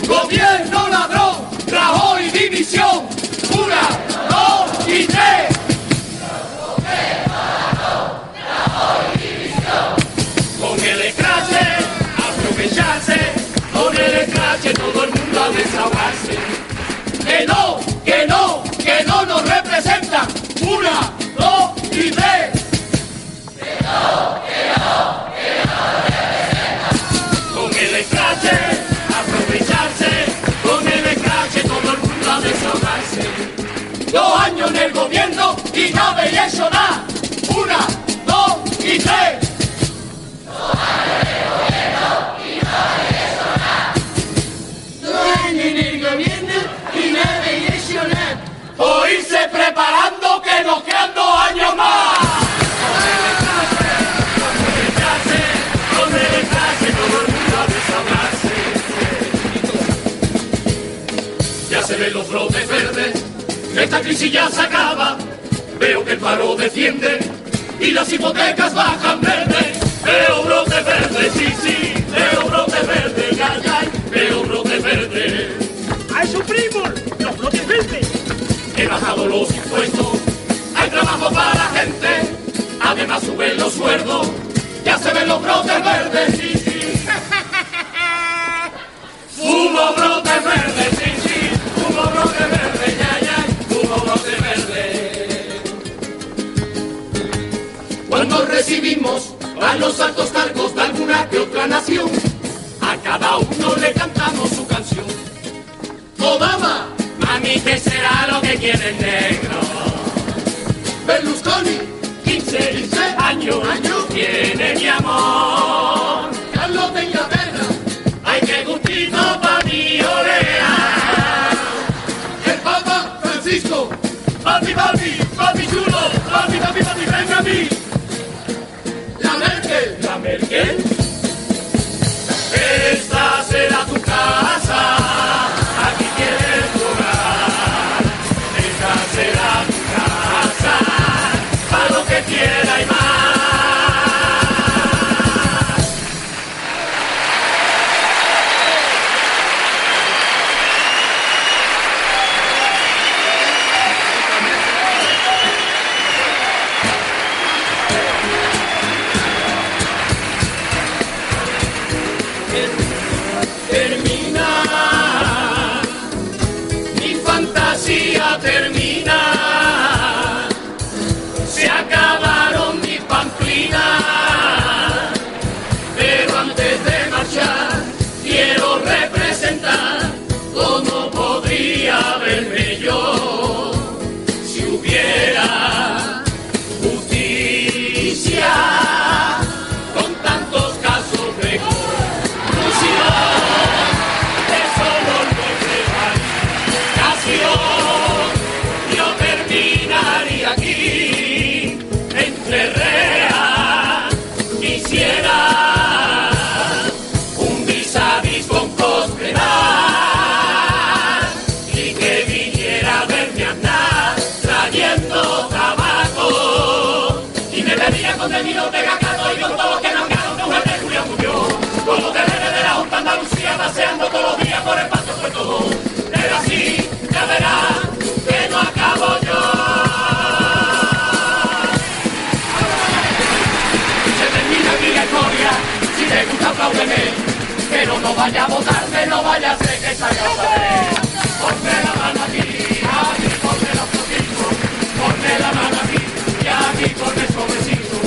I: Gobierno ladrón, Rajoy dimisión. Una, dos y tres. Con el escrache, aprovecharse, con el escrache todo el mundo a desahogarse. Que no, que no, que no nos representan. Una, dos y tres. Con el escrache, aprovecharse, con el escrache todo el mundo a desahogarse. Dos años en el gobierno y no veía eso nada. Una, dos y tres. Dueño en el gobierno y nada de lesionar. O irse preparando que nos quedan dos años más. Con el enlace, todo el mundo a desahogarse. Ya se ven los brotes verdes, esta crisis ya se acaba. Veo que el paro desciende y las hipotecas bajan verde. Veo brotes verdes, sí, sí, veo brotes verdes, ya, ya, veo brotes verdes. ¡Ay, suprimos los brotes verdes! He bajado los impuestos, hay trabajo para la gente, además suben los sueldos, ya se ven los brotes verdes, sí, sí. Fumo brotes verdes, sí, sí, fumo brotes verdes, ya, ya, fumo brotes verdes. Cuando recibimos a los altos cargos de alguna que otra nación, a cada uno le cantamos su canción. Obama, ¿Y qué será lo que quiere el negro? Berlusconi, 15, 15 años, años tiene mi amor. Carlos venga perra, hay que gustito pa' mi oreja. El Papa Francisco, papi, papi, papi chulo, papi, papi, papi, venga a mí. La Merkel, la Merkel. Esta será tu casa, aquí tienes tu hogar. Esta será tu casa, para lo que quiera y más. Termina, mi fantasía termina. Se acabaron mis pamplinas, pero antes de marchar quiero representar cómo podría verme yo si hubiera justicia con tantos casos de corrupción. Eso no nación. Yo terminaría aquí, entre reas. Quisiera un vis a vis con Cospedal y que viniera a verme andar trayendo tabaco y me bebía con el vino de Gacato y con todos los que no ganaron con el de Julio Muñoz con los terrenos de la Junta Andalucía paseando todos los días por el patio Puerto Dos pero así ya verás que no acabo yo se termina mi historia si te gusta apláudeme pero no vaya a votarme no vaya a ser que salga otra vez ponme la mano aquí aquí ponme la fotito ponme la mano aquí y aquí ponme el sobrecito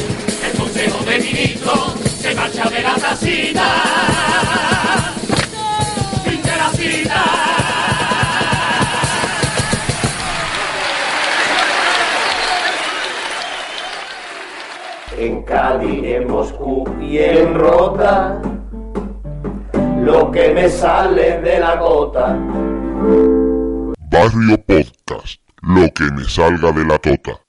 I: el consejo de ministros se marcha de la tacita fin de la cita En Cádiz, en Moscú y en Rota, lo que me sale de la gota.
C: Barrio Podcast. Lo que me salga de la tota.